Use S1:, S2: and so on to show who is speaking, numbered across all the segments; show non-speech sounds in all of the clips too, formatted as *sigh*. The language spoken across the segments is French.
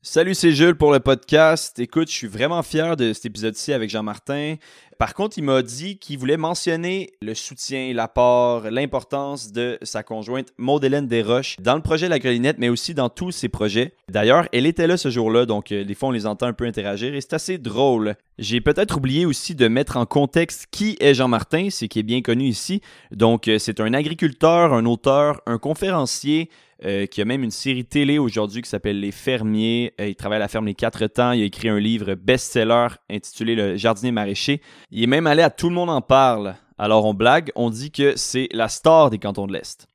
S1: Salut, c'est Jules pour le podcast. Écoute, je suis vraiment fier de cet épisode-ci avec Jean-Martin. Par contre, il m'a dit qu'il voulait mentionner le soutien, l'apport, l'importance de sa conjointe Maud-Hélène Desroches dans le projet La Grelinette, mais aussi dans tous ses projets. D'ailleurs, elle était là ce jour-là, donc euh, des fois on les entend un peu interagir et c'est assez drôle. J'ai peut-être oublié aussi de mettre en contexte qui est Jean-Martin, c'est qui est bien connu ici. Donc, euh, c'est un agriculteur, un auteur, un conférencier, euh, qui a même une série télé aujourd'hui qui s'appelle Les Fermiers. Euh, il travaille à la ferme Les Quatre Temps. Il a écrit un livre best-seller intitulé Le jardinier maraîcher. Il est même allé à Tout le monde en parle. Alors on blague, on dit que c'est la star des cantons de l'Est.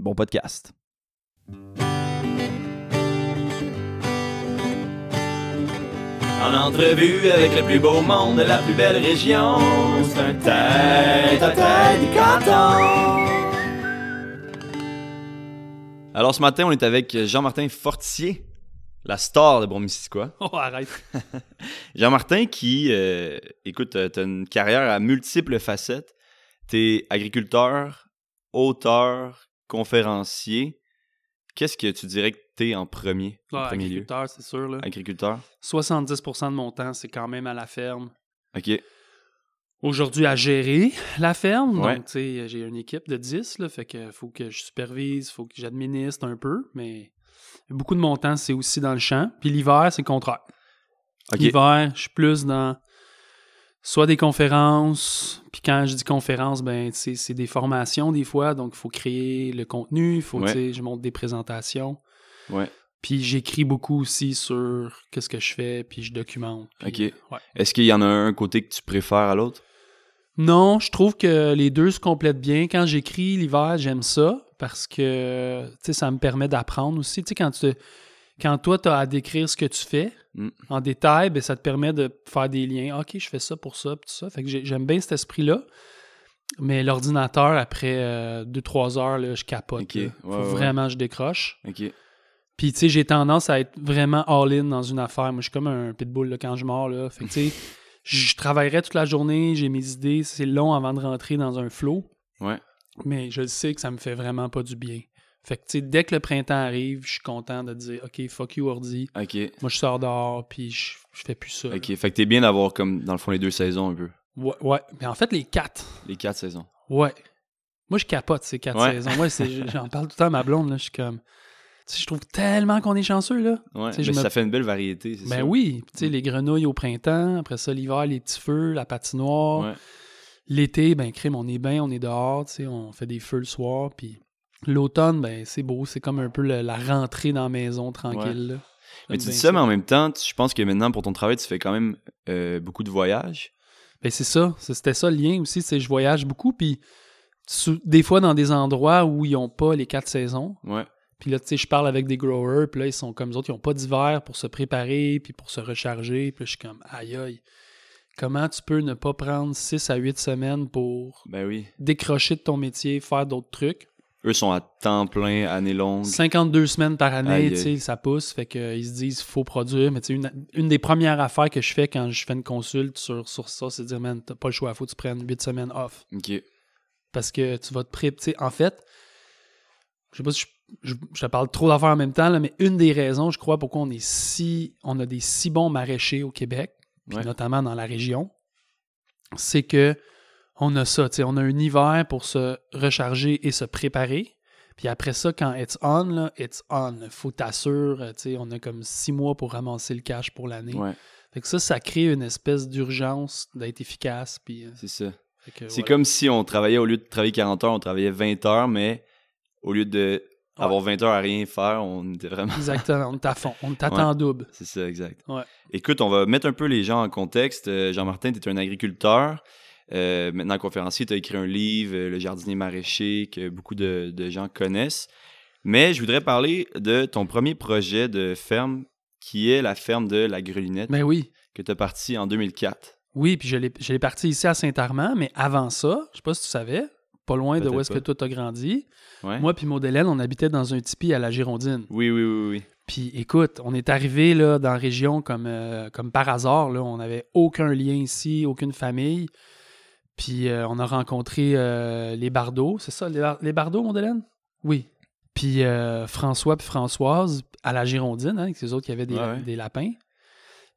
S1: Bon podcast. En entrevue avec le plus beau monde de la plus belle région, c'est un tête à tête du canton. Alors ce matin, on est avec Jean-Martin Fortier, la star de Bon Mysticois.
S2: *laughs* Oh, arrête.
S1: Jean-Martin qui, euh, écoute, euh, t'as une carrière à multiples facettes. T'es agriculteur, auteur, conférencier. Qu'est-ce que tu dirais que t'es en premier, en
S2: Ah,
S1: premier lieu?
S2: agriculteur, c'est sûr. Là.
S1: Agriculteur.
S2: 70% de mon temps, c'est quand même à la ferme.
S1: OK.
S2: Aujourd'hui, à gérer la ferme.
S1: Ouais.
S2: Donc, tu sais, j'ai une équipe de 10, là, fait que faut que je supervise, faut que j'administre un peu, mais beaucoup de mon temps, c'est aussi dans le champ. Puis l'hiver, c'est le contraire.
S1: OK.
S2: L'hiver, je suis plus dans soit des conférences, puis quand je dis conférences, ben, tu sais, c'est des formations des fois, donc il faut créer le contenu, faut, tu
S1: Ouais.
S2: sais, je monte des présentations.
S1: Ouais.
S2: Puis j'écris beaucoup aussi sur qu'est-ce que je fais, puis je documente. puis,
S1: Ok.
S2: euh, ouais.
S1: Est-ce qu'il y en a un côté que tu préfères à l'autre?
S2: Non, je trouve que les deux se complètent bien. Quand j'écris l'hiver, j'aime ça parce que tu sais, ça me permet d'apprendre aussi. Tu sais, quand, tu, quand toi, tu as à décrire ce que tu fais
S1: Mm.
S2: en détail, ben, ça te permet de faire des liens. Ah, OK, je fais ça pour ça, puis tout ça. Fait que j'ai- j'aime bien cet esprit-là. Mais l'ordinateur, après 2-3 heures, là, je capote.
S1: Ok,
S2: là.
S1: ouais,
S2: Faut
S1: ouais.
S2: vraiment que je décroche.
S1: OK.
S2: Puis, tu sais, j'ai tendance à être vraiment all-in dans une affaire. Moi, je suis comme un pitbull là, quand je mords. Là. Fait que,
S1: *laughs*
S2: tu sais, je travaillerai toute la journée, j'ai mes idées. C'est long avant de rentrer dans un flow.
S1: Ouais.
S2: Mais je le sais que ça me fait vraiment pas du bien. Fait que, tu sais, dès que le printemps arrive, je suis content de dire, OK, fuck you, ordi.
S1: OK.
S2: Moi, je sors dehors, puis je, je fais plus ça.
S1: OK. Fait que t'es bien d'avoir comme, dans le fond, les deux saisons un peu.
S2: Ouais, ouais. Mais en fait, les quatre.
S1: Les quatre saisons.
S2: Ouais. Moi, je capote ces quatre
S1: Ouais.
S2: saisons. Ouais, c'est- j'en parle tout le temps à ma blonde. Là. Je suis comme, tu sais, je trouve tellement qu'on est chanceux, là.
S1: Ouais.
S2: Tu sais,
S1: Mais
S2: je me-
S1: ça fait une belle variété, c'est
S2: Ben
S1: ça?
S2: oui, Puis, tu sais,
S1: Mm.
S2: les grenouilles au printemps, après ça, l'hiver, les petits feux, la patinoire.
S1: Ouais.
S2: L'été, ben crime, on est bien, on est dehors, tu sais, on fait des feux le soir, puis l'automne, ben c'est beau, c'est comme un peu le- la rentrée dans la maison tranquille. là.
S1: Mais tu
S2: J'aime
S1: dis
S2: bien
S1: ça, mais en même temps, tu- je pense que maintenant, pour ton travail, tu fais quand même euh, beaucoup de voyages.
S2: Ben, c'est ça, c'est- c'était ça le lien aussi, c'est je voyage beaucoup, puis sou- des fois dans des endroits où ils n'ont pas les quatre saisons,
S1: Ouais.
S2: puis là, tu sais, je parle avec des growers, puis là, ils sont comme les autres, ils n'ont pas d'hiver pour se préparer, puis pour se recharger, puis là, je suis comme, aïe aïe, comment tu peux ne pas prendre 6 à 8 semaines pour
S1: Ben oui.
S2: décrocher de ton métier, faire d'autres trucs.
S1: Eux sont à temps plein, année longue.
S2: 52 semaines par
S1: Aïe,
S2: année,
S1: aïe.
S2: tu sais, ça pousse, fait qu'ils se disent faut produire. Mais tu sais, une, une des premières affaires que je fais quand je fais une consulte sur, sur ça, c'est de dire man, t'as pas le choix, faut que tu prennes 8 semaines off.
S1: OK.
S2: Parce que tu vas te pré... tu sais, En fait, je sais pas si je, je- je te parle trop d'affaires en même temps, là, mais une des raisons, je crois, pourquoi on est si. On a des si bons maraîchers au Québec, puis
S1: Ouais.
S2: notamment dans la région, c'est que on a ça. tu sais, On a un hiver pour se recharger et se préparer. Puis après ça, quand it's on, là, it's on. Faut t'assurer, euh, tu sais, on a comme six mois pour ramasser le cash pour l'année.
S1: Ouais,
S2: Fait que ça, ça crée une espèce d'urgence d'être efficace. Puis, euh,
S1: c'est ça.
S2: fait que,
S1: C'est
S2: voilà.
S1: comme si on travaillait, au lieu de travailler 40 heures, on travaillait 20 heures, mais au lieu de avoir 20 heures à rien faire, on était vraiment...
S2: Exactement, on t'affond, on
S1: Ouais.
S2: t'attend double.
S1: C'est ça, exact.
S2: Ouais.
S1: Écoute, on va mettre un peu les gens en contexte. Euh, Jean-Martin, tu es un agriculteur. Euh, maintenant, conférencier, tu as écrit un livre, euh, Le jardinier maraîcher, que beaucoup de, de gens connaissent. Mais je voudrais parler de ton premier projet de ferme, qui est la ferme de la Grelinette,
S2: Mais oui,
S1: que tu as parti en 2004.
S2: oui, puis je l'ai je l'ai parti ici à Saint-Armand, mais avant ça, je sais pas si tu savais, pas loin de où
S1: Peut-être
S2: est-ce que toi t'as grandi,
S1: Ouais.
S2: moi puis Maud-Hélène, on habitait dans un tipi à la Girondine.
S1: Oui, oui, oui, oui.
S2: Puis écoute, on est arrivé là dans la région comme, euh, comme par hasard, là, on n'avait aucun lien ici, aucune famille. Puis euh, on a rencontré euh, les Bardeaux, c'est ça, les, Bar- les Bardeaux, Maud-Hélène? Oui. Puis euh, François puis Françoise, à la Girondine, hein, avec les autres qui avaient des,
S3: Ouais, ouais.
S2: des lapins.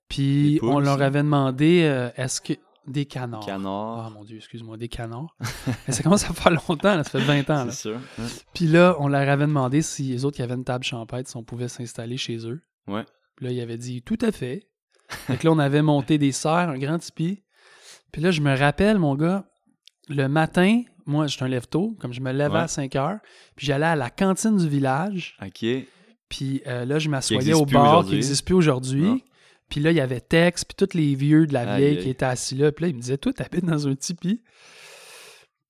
S2: Puis
S3: Des poules
S2: on leur
S3: aussi.
S2: avait demandé euh, est-ce que. Des canards.
S3: Canard.
S2: Ah mon Dieu, excuse-moi, des canards. *laughs* Mais ça commence à faire longtemps, là, ça fait 20 ans. oh, là.
S3: c'est sûr.
S2: Puis là, on leur avait demandé si les autres qui avaient une table champêtre, si on pouvait s'installer chez eux.
S3: Ouais.
S2: Puis là, ils avaient dit tout à fait. Donc là, on avait monté des serres, un grand tipi. Puis là, je me rappelle, mon gars, le matin, moi, j'étais un lève tôt, comme je me levais
S3: Ouais.
S2: à 5 heures, puis j'allais à la cantine du village,
S3: OK. Ouais,
S2: puis euh, là, je m'assoyais
S3: existe
S2: au
S3: plus
S2: bar qui
S3: aujourd'hui.
S2: n'existe plus aujourd'hui.
S3: Non.
S2: Puis là, il y avait Tex, puis tous les vieux de la
S3: Aïe,
S2: vieille
S3: aïe.
S2: qui étaient assis là. Puis là, ils me disaient, toi, t'habites dans un tipi.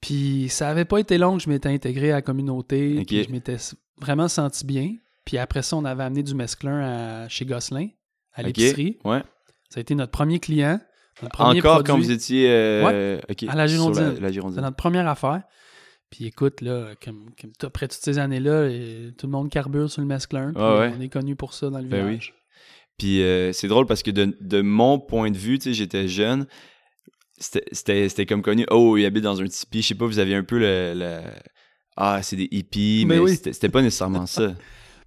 S2: Puis ça avait pas été long que je m'étais intégré à la communauté.
S3: Ok.
S2: Puis je m'étais s- vraiment senti bien. Puis après ça, on avait amené du mesclin à- chez Gosselin, à
S3: Ok.
S2: l'épicerie. Ça a été notre premier client. Notre premier
S3: Encore
S2: produit.
S3: quand vous étiez euh, ok,
S2: à la
S3: sur
S2: Girondine.
S3: la
S2: C'était
S3: Girondine.
S2: notre première affaire. Puis écoute, là, comme, comme t- après toutes ces années-là, et tout le monde carbure sur le mesclun. puis
S3: Ouais, ouais.
S2: On est connu pour ça dans le
S3: Ben oui.
S2: village.
S3: Puis euh, c'est drôle parce que de, de mon point de vue, tu sais, j'étais jeune, c'était- c'était c'était comme connu. Oh, il habite dans un tipi. Je sais pas, vous aviez un peu le. le- Ah, c'est des hippies,
S2: Mais
S3: mais,
S2: oui.
S3: c'était c'était pas
S2: *laughs*
S3: nécessairement ça.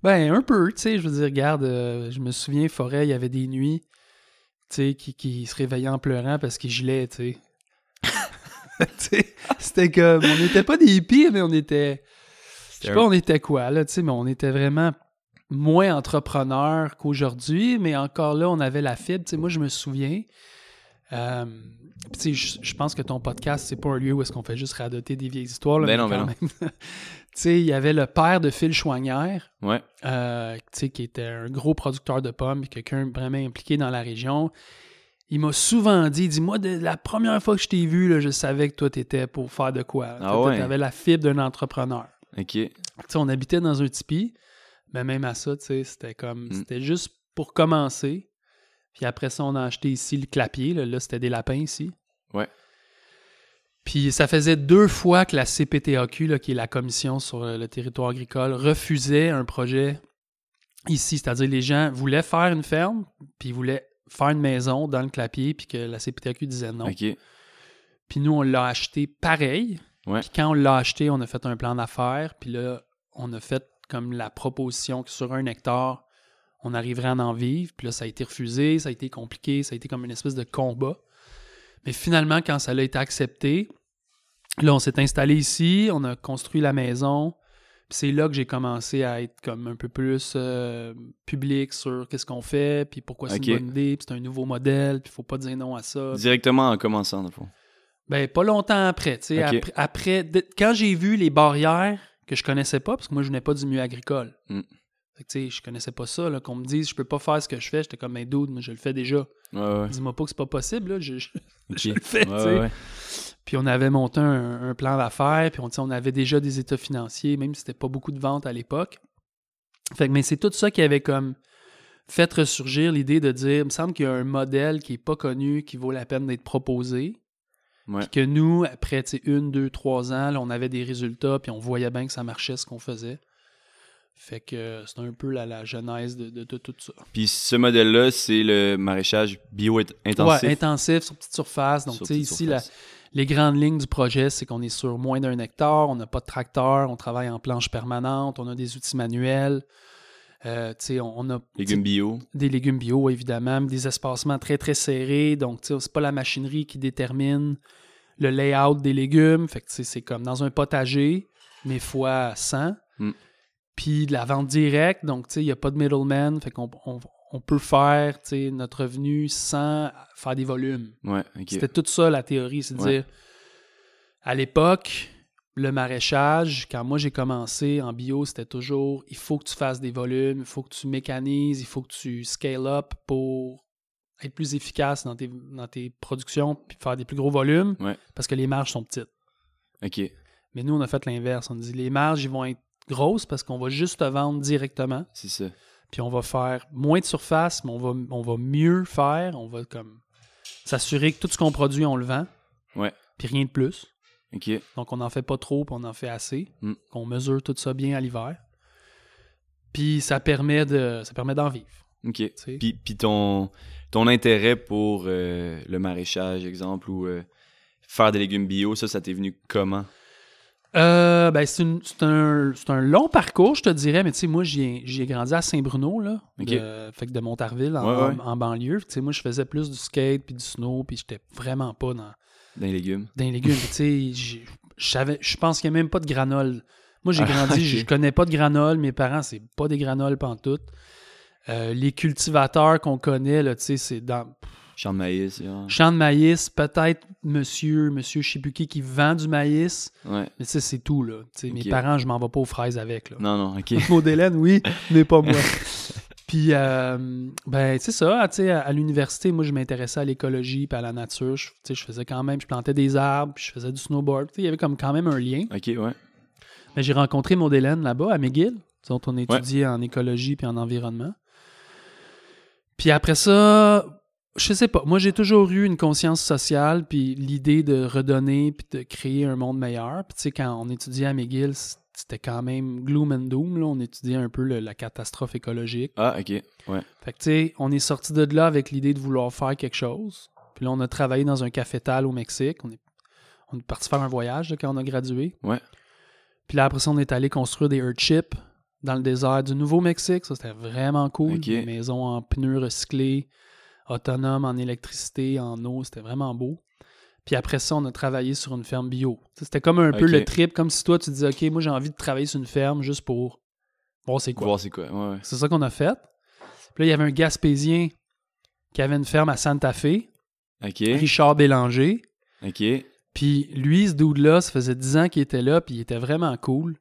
S2: Ben, un peu, tu sais, je veux dire, regarde, euh, je me souviens, Forêt, il y avait des nuits, tu sais, qui, qui se réveillaient en pleurant parce qu'ils gilaient, tu
S3: *laughs*
S2: sais. *laughs* Tu sais. C'était comme, on n'était pas des hippies, mais on était, je sais pas, on était quoi, là, tu sais, mais on était vraiment moins entrepreneurs qu'aujourd'hui, mais encore là, on avait la fibre, tu sais, moi, je me souviens, euh, puis tu sais, je- je pense que ton podcast, c'est pas un lieu où est-ce qu'on fait juste radoter des vieilles histoires, là,
S3: Ben non,
S2: quand
S3: ben non.
S2: même. *laughs* tu sais, il y avait le père de Phil Chouanière,
S3: Ouais,
S2: euh, tu sais, qui était un gros producteur de pommes, quelqu'un vraiment impliqué dans la région. Il m'a souvent dit, dis moi, de la première fois que je t'ai vu, là, je savais que toi, t'étais pour faire de quoi.
S3: Ah
S2: Toi,
S3: ouais.
S2: T'avais la fibre d'un entrepreneur.
S3: ok.
S2: Tu sais, on habitait dans un tipi, mais même à ça, tu sais, c'était comme,
S3: Mm.
S2: c'était juste pour commencer. Puis après ça, on a acheté ici le clapier. Là, Là, c'était des lapins ici.
S3: Ouais.
S2: Puis ça faisait deux fois que la CPTAQ, là, qui est la commission sur le territoire agricole, refusait un projet ici. C'est-à-dire les gens voulaient faire une ferme, puis ils voulaient faire une maison dans le clapier, puis que la CPTAQ disait non.
S3: Ok.
S2: Puis nous, on l'a acheté pareil.
S3: Ouais.
S2: Puis quand on l'a acheté, on a fait un plan d'affaires. Puis là, on a fait comme la proposition que sur un hectare, on arriverait à en vivre. Puis là, ça a été refusé, ça a été compliqué, ça a été comme une espèce de combat. Mais finalement, quand ça a été accepté, là, on s'est installé ici, on a construit la maison. Puis c'est là que j'ai commencé à être comme un peu plus euh, public sur qu'est-ce qu'on fait, puis pourquoi c'est une
S3: Ok.
S2: bonne idée, puis c'est un nouveau modèle, puis faut pas dire non à ça.
S3: Directement en commençant, dans le fond.
S2: Ben, pas longtemps après. tu sais,
S3: Ok.
S2: Après, après- de- quand j'ai vu les barrières que je connaissais pas, parce que moi, je venais pas du milieu agricole.
S3: Mm.
S2: Fait que, tu sais, je connaissais pas ça. là, Qu'on me dise, je peux pas faire ce que je fais. J'étais comme, mais dude, mais je le fais déjà. *laughs*
S3: Ouais, ouais.
S2: Dis-moi pas que c'est pas possible. là, je- je-
S3: ok.
S2: je le fais,
S3: Ouais,
S2: tu sais.
S3: ouais.
S2: Puis on avait monté un, un plan d'affaires. Puis on, tu sais, on avait déjà des états financiers, même si c'était pas beaucoup de ventes à l'époque. Fait que, mais c'est tout ça qui avait comme fait ressurgir l'idée de dire, il me semble qu'il y a un modèle qui est pas connu, qui vaut la peine d'être proposé.
S3: Ouais.
S2: Puis que nous, après tu sais, une, deux, trois ans, là, on avait des résultats, puis on voyait bien que ça marchait ce qu'on faisait. Fait que euh, c'est un peu la, la genèse de, de- de tout ça.
S3: Puis ce modèle-là, c'est le maraîchage bio-intensif.
S2: Ouais, intensif sur petite surface. Donc, tu sais, ici, la- les grandes lignes du projet, c'est qu'on est sur moins d'un hectare, on n'a pas de tracteur, on travaille en planche permanente, on a des outils manuels. Euh, tu sais, on, on a
S3: Légumes bio.
S2: des légumes bio, évidemment, mais des espacements très, très serrés. Donc, tu sais, c'est pas la machinerie qui détermine le layout des légumes. Fait que, tu sais, c'est comme dans un potager, mais fois 100.
S3: Mm.
S2: Puis de la vente directe. Donc, tu sais, il n'y a pas de middleman. Fait qu'on on- on peut faire, tu sais, notre revenu sans faire des volumes.
S3: Ouais, ok.
S2: C'était tout ça, la théorie. C'est de
S3: Ouais.
S2: dire, à l'époque, le maraîchage, quand moi j'ai commencé en bio, c'était toujours il faut que tu fasses des volumes, il faut que tu mécanises, il faut que tu scale up pour être plus efficace dans tes, dans tes productions puis faire des plus gros volumes
S3: Ouais.
S2: parce que les marges sont petites.
S3: Ok.
S2: Mais nous, on a fait l'inverse. On dit les marges, ils vont être grosses parce qu'on va juste te vendre directement
S3: C'est ça.
S2: puis on va faire moins de surface, mais on va, on va mieux faire, on va comme s'assurer que tout ce qu'on produit, on le vend.
S3: Ouais.
S2: Puis rien de plus.
S3: Ok.
S2: Donc on n'en fait pas trop, puis on en fait assez.
S3: Mm.
S2: Qu'on mesure tout ça bien à l'hiver. Puis ça permet de ça permet d'en vivre.
S3: Ok.
S2: tu sais.
S3: Puis, puis ton, ton intérêt pour euh, le maraîchage, exemple, ou euh, faire des légumes bio, ça, ça t'est venu comment?
S2: Euh, ben, c'est, une- c'est un, c'est un long parcours, je te dirais, mais tu sais, moi, j'y ai, j'y ai grandi à Saint-Bruno, là,
S3: Ok.
S2: de- fait que de Montarville, en,
S3: Ouais, ouais.
S2: en banlieue. Tu sais, moi, je faisais plus du skate puis du snow, puis j'étais vraiment pas dans,
S3: Dans les légumes.
S2: dans les légumes. Puis, tu sais, j'ai- je savais- je pense qu'il n'y a même pas de granola. Moi, j'ai
S3: Ah,
S2: grandi,
S3: ok.
S2: je connais pas de granola. Mes parents, c'est pas des granoles pantoute. Euh, les cultivateurs qu'on connaît, là, tu sais, c'est dans
S3: Champ de maïs. genre.
S2: champ de maïs, peut-être monsieur, monsieur Shibuki qui vend du maïs.
S3: Ouais.
S2: Mais ça, c'est tout, là. Tu sais, Mes
S3: Ok.
S2: parents, je m'en vais pas aux fraises avec, là.
S3: Non, non, ok.
S2: Maud Hélène, oui, mais pas moi. Puis, euh, ben, c'est ça, tu sais, à, à l'université, moi, je m'intéressais à l'écologie puis à la nature. Je, tu sais, je faisais quand même, je plantais des arbres, puis je faisais du snowboard. Tu sais, Il y avait comme quand même un lien.
S3: Ok, ouais.
S2: Mais j'ai rencontré Maud Hélène là-bas, à McGill, dont on étudiait en écologie puis en environnement. Puis après ça, je sais pas, moi j'ai toujours eu une conscience sociale puis l'idée de redonner puis de créer un monde meilleur. Puis tu sais, quand on étudiait à McGill, c'était quand même gloom and doom, là. on étudiait un peu le- la catastrophe écologique.
S3: Ah, ok. Ouais.
S2: Fait que, tu sais, on est sorti de là avec l'idée de vouloir faire quelque chose. Puis là, on a travaillé dans un cafétal au Mexique. On est, on est parti faire un voyage là, quand on a gradué.
S3: Ouais.
S2: Puis là, après ça, on est allé construire des earthships dans le désert du Nouveau-Mexique. Ça, c'était vraiment cool.
S3: Ok.
S2: Des maisons en pneus recyclés, autonomes en électricité, en eau. C'était vraiment beau. Puis après ça, on a travaillé sur une ferme bio. Tu sais, C'était comme un peu
S3: Ok.
S2: le trip, comme si toi, tu disais, OK, moi, j'ai envie de travailler sur une ferme juste pour voir c'est quoi.
S3: Voir c'est quoi. Ouais, ouais.
S2: C'est ça qu'on a fait. Puis là, il y avait un Gaspésien qui avait une ferme à Santa Fe,
S3: Ok.
S2: Richard Bélanger.
S3: Ok.
S2: Puis lui, ce dude-là, ça faisait 10 ans qu'il était là, puis il était vraiment cool.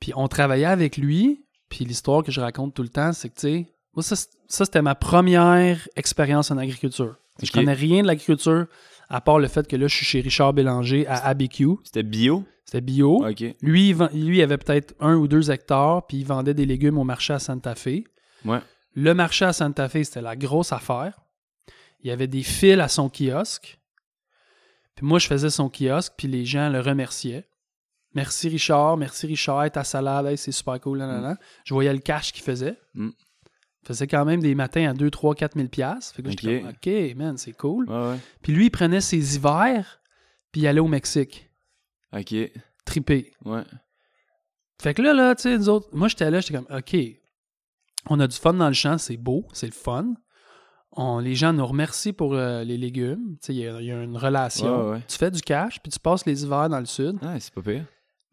S2: Puis on travaillait avec lui. Puis l'histoire que je raconte tout le temps, c'est que, tu sais, moi, ça, c'est- ça, c'était ma première expérience en agriculture. Je
S3: Ok.
S2: connais rien de l'agriculture, à part le fait que là, je suis chez Richard Bélanger à ABQ.
S3: C'était bio.
S2: C'était bio.
S3: Ok.
S2: Lui, il vend- lui il avait peut-être un ou deux hectares, puis il vendait des légumes au marché à Santa Fe.
S3: Ouais.
S2: Le marché à Santa Fe, c'était la grosse affaire. Il y avait des fils à son kiosque. Puis moi, je faisais son kiosque, puis les gens le remerciaient. Merci Richard, merci Richard, hey, ta salade, hey, c'est super cool. nan, nan, nan. Je voyais le cash qu'il faisait.
S3: Mm.
S2: Il faisait quand même des matins à 2, 3, 4 000 piastres. Fait que là, j'étais
S3: Ok.
S2: comme, OK, man, c'est cool.
S3: Ouais, ouais.
S2: Puis lui, il prenait ses hivers, puis il allait au Mexique,
S3: Ok.
S2: triper.
S3: Ouais.
S2: Fait que là, là, tu sais, nous autres, moi, j'étais là, j'étais comme, OK, on a du fun dans le champ, c'est beau, c'est le fun. On, les gens nous remercient pour euh, les légumes. Tu sais, il y, a- il y a une relation.
S3: Ouais, ouais.
S2: Tu fais du cash, puis tu passes les hivers dans le sud.
S3: Ah, c'est pas pire.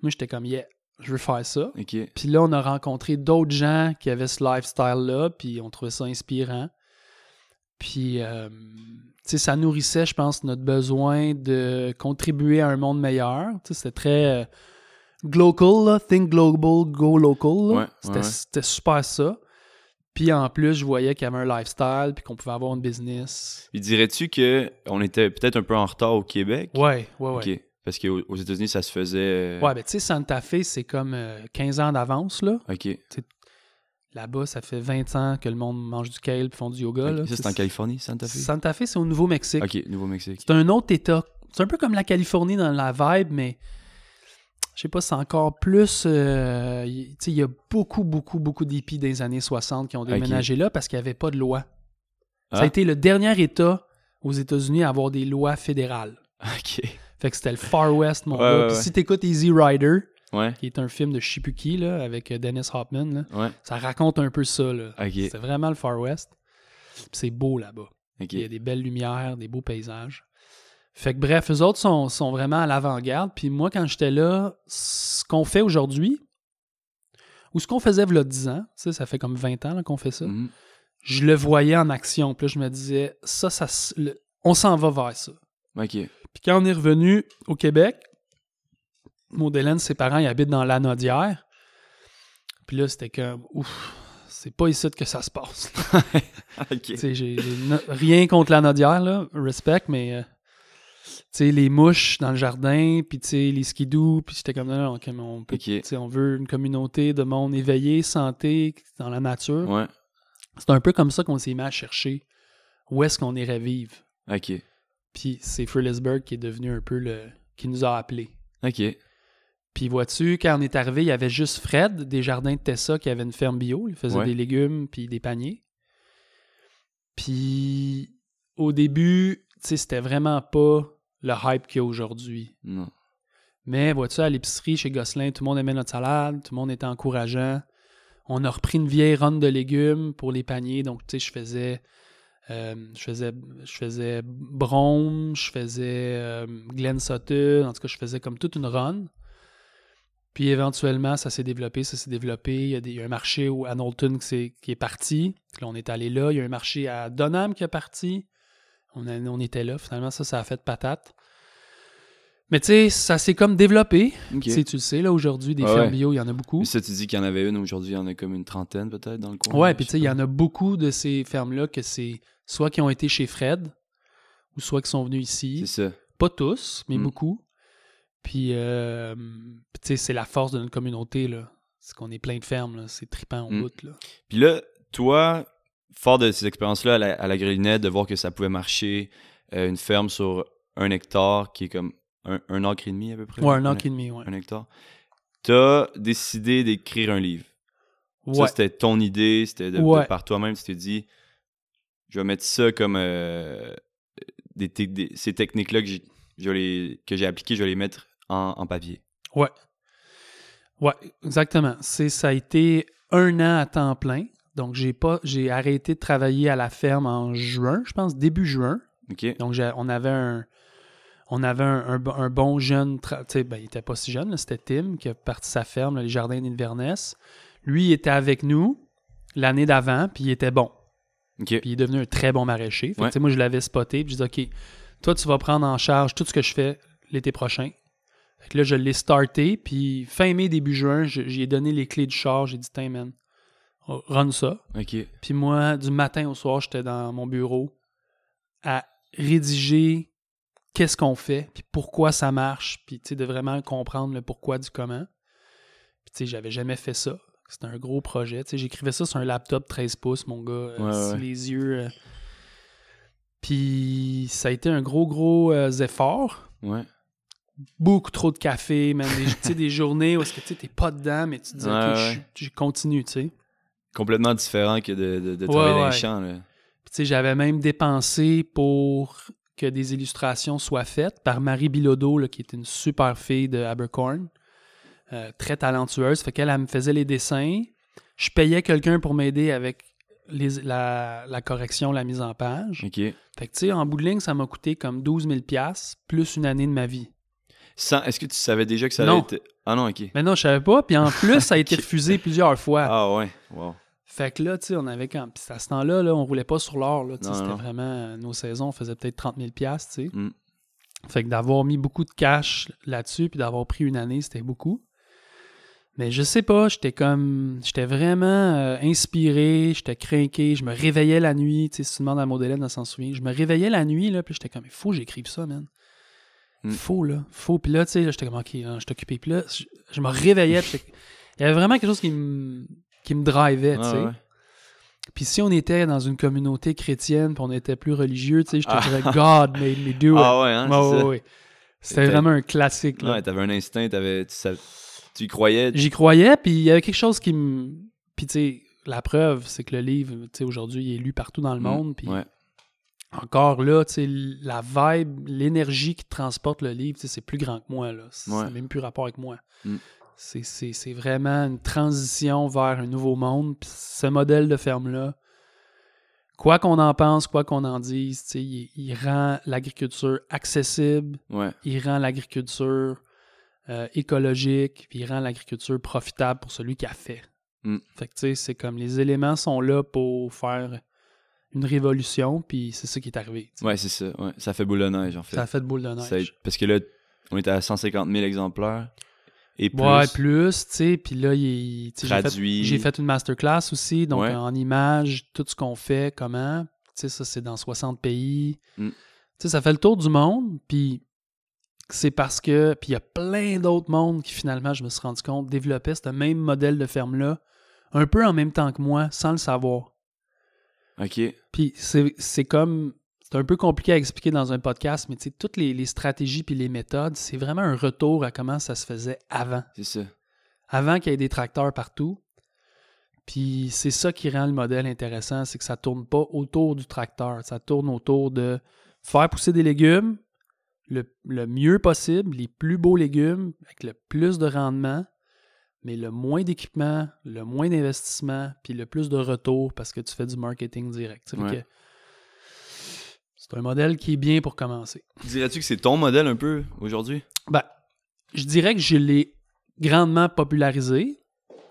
S2: Moi, j'étais comme, yeah, je veux faire ça.
S3: Ok.
S2: Puis là, on a rencontré d'autres gens qui avaient ce lifestyle-là, puis on trouvait ça inspirant. Puis, euh, tu sais, ça nourrissait, je pense, notre besoin de contribuer à un monde meilleur. Tu sais, c'était très euh, global, là, think global, go local. là.
S3: Ouais, ouais,
S2: c'était,
S3: ouais.
S2: c'était super ça. Puis en plus, je voyais qu'il y avait un lifestyle, puis qu'on pouvait avoir une business.
S3: Puis dirais-tu que on était peut-être un peu en retard au Québec?
S2: Ouais, ouais, ouais.
S3: Ok. Parce qu'aux aux États-Unis, ça se faisait. euh,
S2: Ouais, ben tu sais, Santa Fe, c'est comme euh, 15 ans d'avance, là.
S3: Ok.
S2: Là-bas, ça fait 20 ans que le monde mange du kale puis font du yoga. là.
S3: Ok. Ça, c'est en Californie, Santa Fe?
S2: Santa Fe, c'est au Nouveau-Mexique.
S3: Ok, Nouveau-Mexique.
S2: C'est un autre État. C'est un peu comme la Californie dans la vibe, mais je sais pas, c'est encore plus. euh, y- tu sais, il y a beaucoup, beaucoup, beaucoup d'hippies des années 60 qui ont déménagé là parce qu'il n'y avait pas de loi. Ça a
S3: Ah.
S2: été le dernier État aux États-Unis à avoir des lois fédérales.
S3: Ok.
S2: Fait que c'était le Far West, mon
S3: Ouais,
S2: gars.
S3: ouais,
S2: Puis
S3: ouais.
S2: si t'écoutes Easy Rider,
S3: Ouais.
S2: qui est un film de Shipuki là, avec euh, Dennis Hopman, là,
S3: Ouais.
S2: ça raconte un peu ça. là.
S3: Ok.
S2: C'est vraiment le Far West. Puis c'est beau là-bas.
S3: Ok.
S2: Il y a des belles lumières, des beaux paysages. Fait que bref, eux autres sont, sont vraiment à l'avant-garde. Puis moi, quand j'étais là, ce qu'on fait aujourd'hui, ou ce qu'on faisait v'là 10 ans, tu sais, ça fait comme 20 ans là, qu'on fait ça,
S1: Mm.
S3: Mhm.
S2: je le voyais en action. Puis là, je me disais, ça, ça s- le- on s'en va vers ça.
S1: *laughs*
S3: Ok.
S2: Puis quand on est revenu au Québec, Maud Hélène, ses parents, ils habitent dans l'Anaudière. Puis là, c'était comme, ouf, c'est pas ici que ça se passe.
S3: Ok.
S2: Tu sais, j'ai j'ai no- rien contre la nodière, là, respect, mais euh, tu sais, les mouches dans le jardin, puis tu sais, les skidous, puis j'étais comme, non, non, ok, mais on, peut-
S3: Ok.
S2: tu sais, on veut une communauté de monde éveillé, santé, dans la nature.
S3: Ouais.
S2: C'est un peu comme ça qu'on s'est mis à chercher où est-ce qu'on irait vivre.
S3: Ok.
S2: Puis c'est Frillisburg qui est devenu un peu le. qui nous a appelés.
S3: Ok.
S2: Puis vois-tu, quand on est arrivé, il y avait juste Fred, des jardins de Tessa, qui avait une ferme bio. Il faisait
S3: Ouais.
S2: des légumes puis des paniers. Puis au début, tu sais, c'était vraiment pas le hype qu'il y a aujourd'hui.
S3: Non.
S2: Mais vois-tu, à l'épicerie, chez Gosselin, tout le monde aimait notre salade, tout le monde était encourageant. On a repris une vieille ronde de légumes pour les paniers. Donc, tu sais, je faisais, euh, je faisais, je faisais Brome, je faisais euh, Glen Sutton. En tout cas, je faisais comme toute une ronde. Puis éventuellement, ça s'est développé, ça s'est développé. Il y, a des- il y a un marché où à Knowlton qui, s'est- qui est parti. Là, on est allé là. Il y a un marché à Donham qui est parti. On, a- on était là. Finalement, ça, ça a fait patate. Mais tu sais, ça s'est comme développé.
S1: Ok.
S2: Tu sais, tu le sais, là, aujourd'hui, des
S1: Ah
S2: fermes
S1: ouais.
S2: bio, il y en a beaucoup.
S1: Mais ça, tu dis qu'il y en avait une, aujourd'hui, il y en a comme une trentaine peut-être dans le coin.
S2: Ouais,
S1: je
S2: puis tu
S1: sais
S2: sais, il y
S1: pas.
S2: en a beaucoup de ces fermes-là que c'est soit qui ont été chez Fred, ou soit qui sont venus ici.
S1: C'est ça.
S2: Pas tous, mais
S1: Mm.
S2: beaucoup. Puis, euh, puis tu sais, c'est la force de notre communauté, là. C'est qu'on est plein de fermes, là. C'est tripant en
S1: Mm.
S2: bout, là.
S1: Puis là, toi, fort de ces expériences-là à la, à la Grillinette, de voir que ça pouvait marcher, euh, une ferme sur un hectare qui est comme un, un acre et demi à peu près.
S2: Ouais, un an et demi, ouais.
S1: Un hectare. T'as décidé d'écrire un livre. Ça,
S2: Ouais.
S1: c'était ton idée, c'était de, de
S2: Ouais.
S1: par toi-même, tu t'es dit, je vais mettre ça comme euh, des, te- des- ces techniques-là que j'ai, je vais les- que j'ai appliquées, je vais les mettre en, en papier.
S2: Ouais. Ouais, exactement. C'est ça a été un an à temps plein. Donc j'ai pas j'ai arrêté de travailler à la ferme en juin, je pense début juin.
S1: OK?
S2: Donc j'ai- on avait un on avait un, un bon- un bon jeune, tra- tu sais, ben, il était pas si jeune, là, c'était Tim qui a parti sa ferme, là, les jardins d'Inverness. Lui, il était avec nous l'année d'avant, puis il était bon.
S1: OK.
S2: Puis il est devenu un très bon maraîcher. Fait que,
S1: Ouais.
S2: tu sais, moi, je l'avais spoté. Puis je dis, OK, toi, tu vas prendre en charge tout ce que je fais l'été prochain. Fait que là, je l'ai starté. Puis fin mai, début juin, je- j'y ai donné les clés du char. J'ai dit, tiens, man, run ça.
S1: OK.
S2: Puis moi, du matin au soir, j'étais dans mon bureau à rédiger qu'est-ce qu'on fait, puis pourquoi ça marche, puis tu sais, de vraiment comprendre le pourquoi du comment. Puis tu sais, j'avais jamais fait ça. C'était un gros projet. Tu sais, j'écrivais ça sur un laptop 13 pouces, mon gars, euh,
S1: Ouais,
S2: si
S1: ouais.
S2: les yeux. euh. Puis ça a été un gros, gros euh, effort.
S1: Ouais.
S2: Beaucoup trop de café, même des, tu sais, des *laughs* journées où est-ce que tu sais, t'es pas dedans, mais tu te dis,
S1: Ouais,
S2: OK, je
S1: ouais.
S2: suis- je continue, tu sais.
S1: Complètement différent que de, de, de travailler
S2: Ouais,
S1: dans
S2: ouais.
S1: les champs. Là.
S2: Puis, tu sais, j'avais même dépensé pour que des illustrations soient faites par Marie Bilodeau, là, qui est une super fille de Abercorn, euh, très talentueuse. Fait qu'elle, elle me faisait les dessins. Je payais quelqu'un pour m'aider avec les- la, la correction, la mise en page.
S1: OK.
S2: Fait que, tu sais, en bout de ligne, ça m'a coûté comme 12 000 plus une année de ma vie.
S1: Sans- Est-ce que tu savais déjà que ça
S2: Non.
S1: allait être... Ah non, OK.
S2: Mais euh, non, je savais pas. Puis en plus, ça a été
S1: Ok.
S2: refusé plusieurs fois.
S1: Ah ouais. Wow.
S2: Fait que là, tu sais, on avait quand. Puis à ce temps-là, là, on roulait pas sur l'or. là, tu sais,
S1: Non,
S2: C'était
S1: non.
S2: vraiment. euh, Nos saisons, on faisait peut-être 30 000 tu sais.
S1: Mm.
S2: Fait que d'avoir mis beaucoup de cash là-dessus, puis d'avoir pris une année, c'était beaucoup. Mais je sais pas, j'étais comme. J'étais vraiment euh, inspiré, j'étais craqué, je me réveillais la nuit. Tu sais, si tu demandes à mon on s'en souvient. Je me réveillais la nuit, là, puis j'étais comme, il faut que j'écrive ça, man.
S1: Mm.
S2: Faut, là. Faut. Puis là, tu sais, là, j'étais comme, ok, là, je t'occupais. Puis là, je, je me réveillais. puis j'étais- il y avait vraiment quelque chose qui me, qui me drivait, tu sais.
S1: Ah, ouais.
S2: Puis si on était dans une communauté chrétienne, puis on était plus religieux, tu sais, je te dirais God made me do it.
S1: Ah ouais, hein,
S2: Ouais,
S1: c'est
S2: ouais,
S1: ça.
S2: ouais. C'était
S1: C'était-
S2: vraiment un classique. là.
S1: Ouais, t'avais un instinct, t'avais- tu, savais- tu y croyais.
S2: J'y croyais, puis il y avait quelque chose qui me. Puis tu sais, la preuve, c'est que le livre, tu sais, aujourd'hui, il est lu partout dans le
S1: Mm,
S2: monde. Puis
S1: ouais.
S2: encore là, tu sais, la vibe, l'énergie qui transporte le livre, tu sais, c'est plus grand que moi. Là. C'est- Ça
S1: Ouais.
S2: n'a même plus rapport avec moi.
S1: Mm.
S2: C'est- C'est c'est vraiment une transition vers un nouveau monde. Puis ce modèle de ferme-là, quoi qu'on en pense, quoi qu'on en dise, tu sais, il, il rend l'agriculture accessible,
S1: Ouais.
S2: il rend l'agriculture euh, écologique, puis il rend l'agriculture profitable pour celui qui a fait.
S1: Mm.
S2: Fait que tu sais, c'est comme les éléments sont là pour faire une révolution, puis c'est ça qui est arrivé. tu sais.
S1: Ouais, c'est ça. Ouais. Ça fait boule de neige, en fait.
S2: Ça a fait boule de neige.
S1: Ça a été- parce que là, on était à 150 000 exemplaires. Et plus.
S2: Ouais, plus, tu sais, puis là, il- tu sais, j'ai fait,
S1: traduit.
S2: j'ai fait une masterclass aussi, donc
S1: Ouais.
S2: euh, en images, tout ce qu'on fait, comment, tu sais, ça, c'est dans 60 pays.
S1: Mm.
S2: Tu sais, ça fait le tour du monde, puis c'est parce que, puis il y a plein d'autres mondes qui, finalement, je me suis rendu compte, développaient ce même modèle de ferme-là, un peu en même temps que moi, sans le savoir.
S1: OK.
S2: Puis c'est c'est comme. C'est un peu compliqué à expliquer dans un podcast, mais tu sais, toutes les, les stratégies puis les méthodes, c'est vraiment un retour à comment ça se faisait avant.
S1: C'est ça.
S2: Avant qu'il y ait des tracteurs partout. Puis c'est ça qui rend le modèle intéressant, c'est que ça tourne pas autour du tracteur, ça tourne autour de faire pousser des légumes, le, le mieux possible, les plus beaux légumes, avec le plus de rendement, mais le moins d'équipement, le moins d'investissement, puis le plus de retour parce que tu fais du marketing direct. Ça fait
S1: Ouais.
S2: que C'est un modèle qui est bien pour commencer.
S1: Dirais-tu que c'est ton modèle un peu aujourd'hui?
S2: Ben, je dirais que je l'ai grandement popularisé.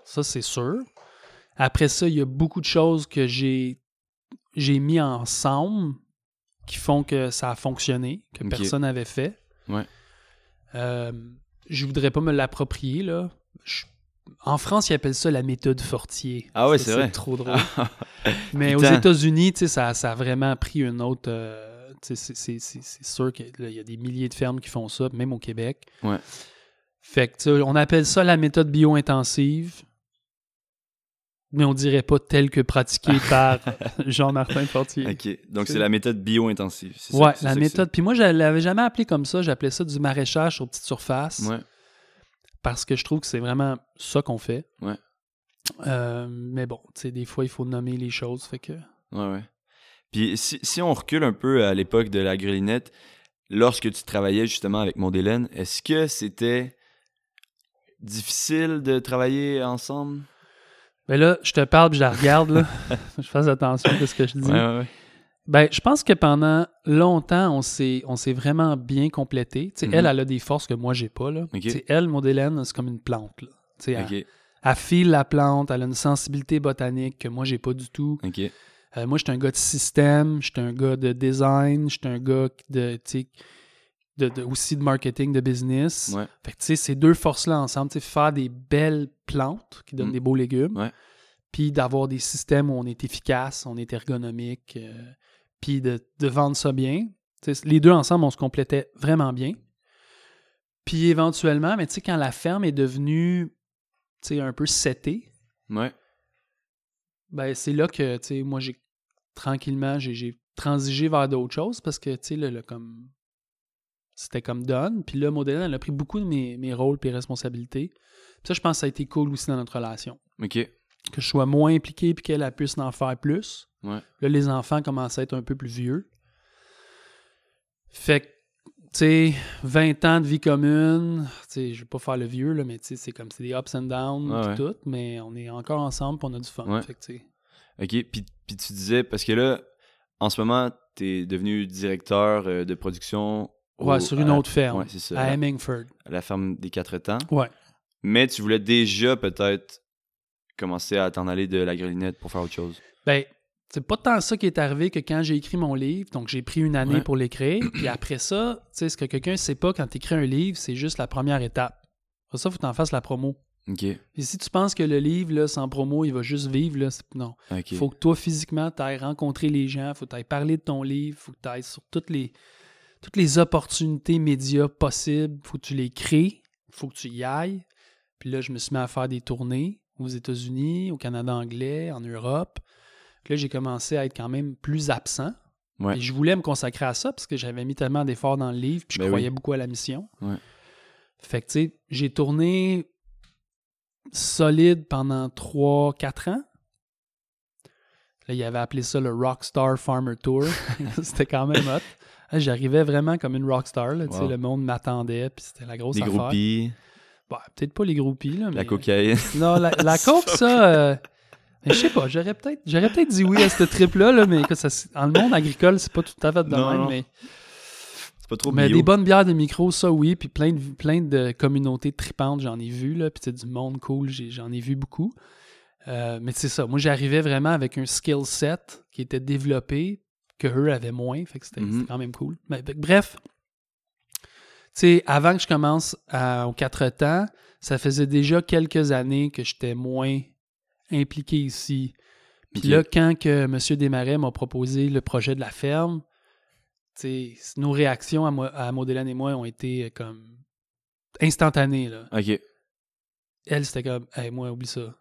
S2: Ça, c'est sûr. Après ça, il y a beaucoup de choses que j'ai, j'ai mis ensemble qui font que ça a fonctionné, que
S1: Ok.
S2: personne n'avait fait.
S1: Ouais.
S2: Euh, je voudrais pas me l'approprier, là. Je- En France, ils appellent ça la méthode Fortier.
S1: Ah ouais,
S2: Ça,
S1: c'est vrai.
S2: trop drôle. Mais aux
S1: Putain.
S2: États-Unis, tu sais, ça, ça a vraiment pris une autre. euh, tu sais, c'est- c'est c'est- c'est sûr qu'il y a des milliers de fermes qui font ça, même au Québec.
S1: Ouais.
S2: Fait que, tu sais, on appelle ça la méthode bio-intensive, mais on dirait pas telle
S1: *laughs*
S2: que pratiquée par Jean-Martin Fortier.
S1: *laughs* ok, donc c'est la méthode bio-intensive. c'est ça-
S2: Ouais,
S1: c'est ça
S2: la
S1: que c'est.
S2: méthode. Puis moi, je l'avais jamais appelée comme ça. J'appelais ça du maraîchage sur petite surface
S1: Ouais.
S2: parce que je trouve que c'est vraiment ça qu'on fait.
S1: Ouais.
S2: Euh, mais bon, tu sais, des fois, il faut nommer les choses. Fait que.
S1: Ouais, ouais. Puis si, si on recule un peu à l'époque de la grillinette, lorsque tu travaillais justement avec Mondélène, est-ce que c'était difficile de travailler ensemble?
S2: Ben là, je te parle puis je la regarde, là. *laughs* je fasse attention à ce que je dis.
S1: ouais.
S2: Ben, je pense que pendant longtemps, on s'est, on s'est vraiment bien complété. Tu sais,
S1: Mhm.
S2: Elle, elle a des forces que moi, j'ai pas, là.
S1: Ok.
S2: Tu sais, elle, Maudelaine, c'est comme une plante, là. Tu sais, elle,
S1: Ok,
S2: elle file la plante, elle a une sensibilité botanique que moi, j'ai pas du tout.
S1: ok.
S2: Euh, moi, j'étais un gars de système, j'étais un gars de design, j'étais un gars de, tu sais, de, de- aussi de marketing, de business.
S1: Ouais.
S2: Fait que, tu sais, ces deux forces-là ensemble, tu sais, faire des belles plantes qui donnent
S1: Mm.
S2: des beaux légumes,
S1: Ouais.
S2: puis d'avoir des systèmes où on est efficace, on est ergonomique, euh, puis de, de vendre ça bien. Tu sais, les deux ensemble, on se complétait vraiment bien. Puis éventuellement, mais tu sais, quand la ferme est devenue, tu sais, un peu setée,
S1: Ouais,
S2: ben, c'est là que, tu sais, moi, j'ai tranquillement, j'ai- j'ai transigé vers d'autres choses parce que, tu sais, là, là, comme. C'était comme done. Puis là, Modèle, elle a pris beaucoup de mes, mes rôles et responsabilités. Puis ça, je pense que ça a été cool aussi dans notre relation.
S1: ok.
S2: Que je sois moins impliqué puis qu'elle elle puisse en faire plus.
S1: Ouais.
S2: Là, les enfants commençaient à être un peu plus vieux. Fait que, tu sais, 20 ans de vie commune, tu sais, je vais pas faire le vieux, là, mais tu sais, c'est comme, c'est des ups and downs,
S1: Ouais,
S2: puis
S1: ouais.
S2: tout, mais on est encore ensemble, puis on a du fun.
S1: Ouais.
S2: Fait que, tu sais,
S1: OK, puis, puis tu disais, parce que là, en ce moment, tu es devenu directeur euh, de production. au-
S2: Ouais, sur une
S1: à-
S2: autre ferme.
S1: Ouais, c'est ça.
S2: à
S1: à-
S2: Hemmingford.
S1: à la ferme des quatre temps.
S2: Ouais.
S1: Mais tu voulais déjà peut-être commencer à t'en aller de la grillinette pour faire autre chose.
S2: Ben, c'est pas tant ça qui est arrivé que quand j'ai écrit mon livre, donc j'ai pris une année
S1: Ouais.
S2: pour l'écrire, puis après ça, tu sais, ce que quelqu'un sait pas quand tu écris un livre, c'est juste la première étape. Après ça, faut que t'en fasses la promo.
S1: OK.
S2: Et si tu penses que le livre, là, sans promo, il va juste vivre, là, c'est- non.
S1: OK.
S2: Faut que toi, physiquement, tu ailles rencontrer les gens, faut que tu ailles parler de ton livre, faut que tu ailles sur toutes les, toutes les opportunités médias possibles, faut que tu les crées, faut que tu y ailles. Puis là, je me suis mis à faire des tournées aux États-Unis, au Canada anglais, en Europe. Puis là, j'ai commencé à être quand même plus absent.
S1: Ouais.
S2: Et je voulais me consacrer à ça parce que j'avais mis tellement d'efforts dans le livre, puis je
S1: Ben oui.
S2: croyais beaucoup à la mission.
S1: Ouais.
S2: Fait que, tu sais, j'ai tourné solide pendant 3-4 ans. Là, il avait appelé ça le Rockstar Farmer
S1: *laughs*
S2: Tour. *laughs* c'était quand même hot. Là, J'arrivais vraiment comme une rockstar. Là, tu sais,
S1: Wow.
S2: Le monde m'attendait, puis c'était la grosse
S1: Des
S2: affaire.
S1: groupies,
S2: Bah, Peut-être pas les groupies. Là,
S1: la
S2: mais- euh,
S1: cocaïne. *laughs*
S2: Non, la, la coke, ça... euh, mais Je sais pas, j'aurais peut-être j'aurais peut-être dit oui à cette trip-là, là, mais que ça, dans le monde agricole, c'est pas tout à fait de
S1: Non,
S2: même.
S1: non.
S2: Mais,
S1: C'est pas trop
S2: mais
S1: bio.
S2: des bonnes bières de micro, ça oui, puis plein de, plein de communautés tripantes, j'en ai vu, là, puis tu sais, du monde cool, j'ai- j'en ai vu beaucoup. Euh, mais c'est ça, moi j'arrivais vraiment avec un skill set qui était développé, que eux avaient moins, fait que c'était
S1: Mhm.
S2: c'était quand même cool. Mais, fait que bref, tu sais, avant que je commence à- aux quatre temps, ça faisait déjà quelques années que j'étais moins impliqué ici. Puis
S1: Ok.
S2: là, quand que M. Desmarais m'a proposé le projet de la ferme, tu sais, nos réactions à, moi, à Maudelaine et moi ont été euh, comme instantanées. Là.
S1: OK.
S2: Elle, c'était comme, hey, moi, oublie ça.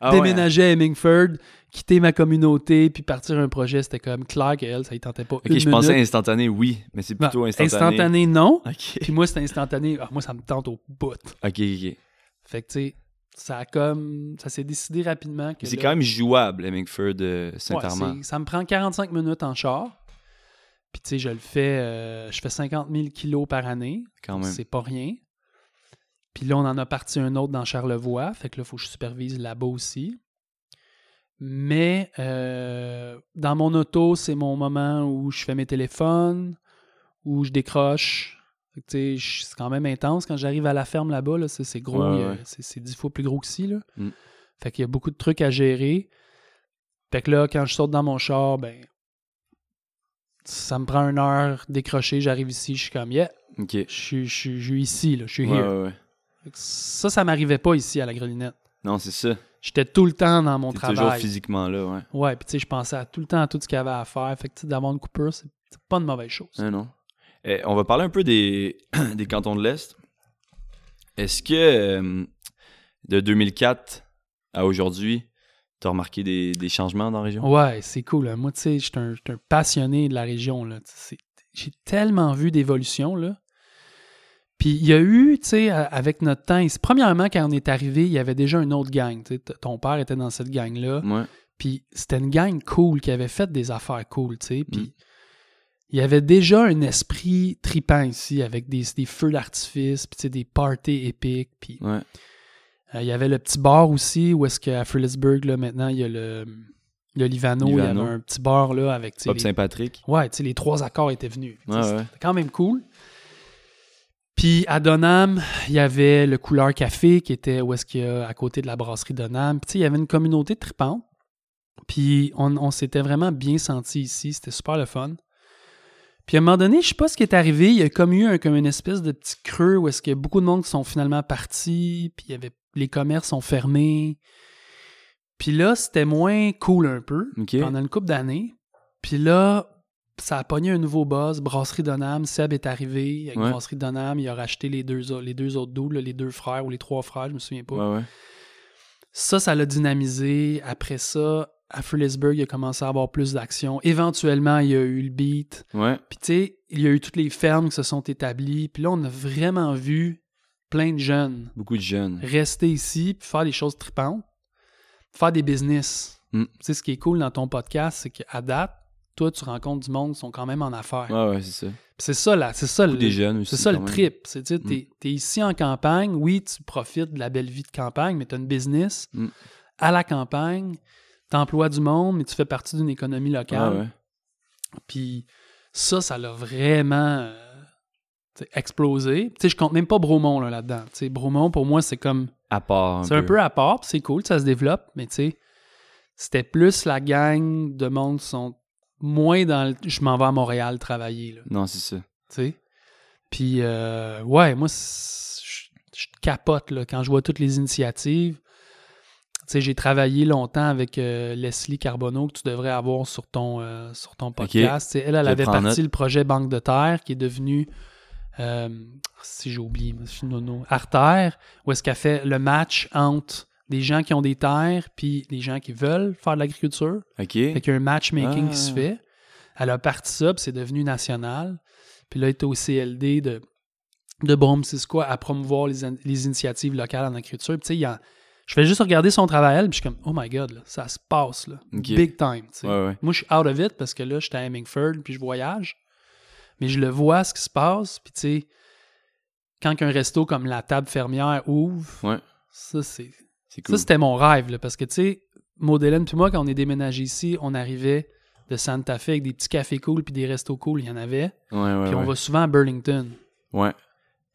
S1: Ah ouais.
S2: Déménager à Hemmingford, quitter ma communauté, puis partir un projet, c'était comme clair qu'elle, ça ne tentait pas. Bah,
S1: OK, je pensais instantané, oui, mais c'est plutôt instantané.
S2: Ben, Instantané, non.
S1: OK.
S2: *laughs* Puis moi, c'était instantané. Ah, moi, ça me tente au bout.
S1: OK, OK.
S2: Fait que, tu sais, ça a comme, ça s'est décidé rapidement que.
S1: C'est
S2: là,
S1: quand même jouable, Hemingford de
S2: Ouais,
S1: Saint-Armand.
S2: c'est- ça me prend 45 minutes en char. Puis tu sais, je le fais, euh, je fais 50 000 kilos par année.
S1: quand même.
S2: C'est pas rien. Puis là, on en a parti un autre dans Charlevoix. Fait que là, il faut que je supervise là-bas aussi. Mais euh, dans mon auto, c'est mon moment où je fais mes téléphones, où je décroche. Fait que, tu sais, je- C'est quand même intense. Quand j'arrive à la ferme là-bas, là, c'est c'est gros.
S1: Ouais,
S2: il y a-
S1: ouais.
S2: C'est c'est dix fois plus gros qu'ici. là.
S1: Mm.
S2: Fait qu'il y a beaucoup de trucs à gérer. Fait que là, quand je saute dans mon char, ben ça me prend une heure décrocher, j'arrive ici, je suis comme yeah,
S1: Ok.
S2: je suis- je suis je suis ici, là, je suis
S1: Ouais,
S2: here.
S1: ouais, ouais.
S2: Fait que Ça, ça m'arrivait pas ici à la grelinette.
S1: Non, c'est ça.
S2: J'étais tout le temps dans mon
S1: T'es toujours
S2: travail.
S1: physiquement là, ouais.
S2: Ouais, puis tu sais, je pensais à tout le temps à tout ce qu'il y avait à faire. Fait que tu sais, d'avoir une coupure, c'est c'est pas une mauvaise chose.
S1: Ah non. Eh, on va parler un peu des, *clears throat* des cantons de l'Est. Est-ce que euh, de 2004 à aujourd'hui, t'as remarqué des, des changements dans la région?
S2: Ouais, c'est cool. hein. Moi, tu sais, je suis un, j'suis un passionné de la région. là. Tu sais, c'est- J'ai tellement vu d'évolution. là. Puis il y a eu, tu sais, à- avec notre temps, il- premièrement, quand on est arrivé, il y avait déjà une autre gang. tu sais. T- Ton père était dans cette gang-là.
S1: Ouais.
S2: Puis c'était une gang cool qui avait fait des affaires cool, tu sais. Puis
S1: Mm.
S2: il y avait déjà un esprit tripant ici avec des, des feux d'artifice, puis tu sais, des parties épiques. Puis
S1: Ouais.
S2: euh, il y avait le petit bar aussi où est-ce qu'à Frillisburg, là, maintenant, il y a le, le Livano. Il y
S1: Livano.
S2: avait un petit bar là avec. tu sais,
S1: Pop
S2: les-
S1: Saint-Patrick.
S2: Ouais, tu sais, les trois accords étaient venus. Fait que, tu
S1: Ouais,
S2: sais,
S1: ouais.
S2: C'était quand même cool. Puis à Donham, il y avait le Couleur Café qui était où est-ce qu'il y a à côté de la brasserie Donham. Puis tu sais, il y avait une communauté tripante. Puis on, on s'était vraiment bien senti ici. C'était super le fun. Puis à un moment donné, je sais pas ce qui est arrivé, il y a comme eu un- comme une espèce de petit creux où est-ce qu'il y a beaucoup de monde qui sont finalement partis, puis il y avait, les commerces sont fermés. Puis là, c'était moins cool un peu
S1: Ok.
S2: pendant une couple d'années. Puis là, ça a pogné un nouveau buzz. Brasserie Donham, Seb est arrivé avec
S1: Ouais.
S2: Brasserie Donham. Il a racheté les deux, au- les deux autres doubles, les deux frères ou les trois frères, je me souviens pas.
S1: Ouais, ouais.
S2: Ça, ça l'a dynamisé. Après ça, à Frillisburg, il a commencé à avoir plus d'action. Éventuellement, il y a eu le beat.
S1: Ouais.
S2: Puis tu sais, il y a eu toutes les fermes qui se sont établies. Puis là, on a vraiment vu plein de jeunes
S1: Beaucoup de jeunes.
S2: rester ici puis faire des choses tripantes, faire des business.
S1: Mm.
S2: Tu sais, ce qui est cool dans ton podcast, c'est qu'à date, toi, tu rencontres du monde qui sont quand même en affaires.
S1: Ouais, ouais, c'est ça.
S2: Puis C'est ça, là. C'est ça,
S1: Beaucoup
S2: le,
S1: des jeunes aussi.
S2: c'est ça
S1: quand
S2: le
S1: même. Mm.
S2: trip. C'est tu sais, t'es, t'es ici en campagne. Oui, tu profites de la belle vie de campagne, mais tu as une business
S1: Mm.
S2: à la campagne. Tu emploies du monde, mais tu fais partie d'une économie
S1: Ah, Ouais,
S2: locale.
S1: ouais.
S2: Puis ça, ça l'a vraiment euh, tu sais, explosé. Tu sais, je compte même pas Bromont là, là-dedans. Tu sais, Bromont, pour moi, c'est comme
S1: À part.
S2: c'est un peu à part, puis c'est cool, ça se développe, mais tu sais, c'était plus la gang de monde qui sont moins dans le. Je m'en vais à Montréal travailler, là, tu
S1: Non, c'est ça.
S2: sais. Puis, euh, ouais, moi, c'est- je je capote, là, quand je vois toutes les initiatives. Tu sais, j'ai travaillé longtemps avec euh, Leslie Carbonneau, que tu devrais avoir sur ton, euh, sur ton podcast. Tu sais, Elle, elle
S1: Je
S2: avait
S1: prends
S2: parti
S1: note.
S2: le projet Banque de Terre, qui est devenu. euh, si j'ai oublié, mais je suis nono. Artère, où est-ce qu'elle fait le match entre des gens qui ont des terres puis les gens qui veulent faire de l'agriculture.
S1: Ok.
S2: Fait qu'il y a un matchmaking qui se
S1: Ah.
S2: fait. Elle a parti ça, puis c'est devenu national. Puis là, elle est au CLD de, de Brome-Sisquoi à promouvoir les, in- les initiatives locales en agriculture. Puis tu sais, il y a- je vais juste regarder son travail, elle, puis je suis comme, oh my god, là, ça se passe, là.
S1: Ok.
S2: Big time, tu sais.
S1: Ouais, ouais.
S2: Moi, je suis out of it parce que là, j'étais à Hemingford puis je voyage. Mais je le vois, ce qui se passe. Puis, tu sais, quand un resto comme la table fermière ouvre,
S1: Ouais.
S2: ça, c'est.
S1: C'est
S2: Ça,
S1: cool.
S2: c'était mon rêve, là, parce que, tu sais, Maud Hélène puis moi, quand on est déménagé ici, on arrivait de Santa Fe avec des petits cafés cool puis des restos cool, il y en avait.
S1: ouais, ouais.
S2: puis on
S1: ouais.
S2: va souvent à Burlington.
S1: Ouais.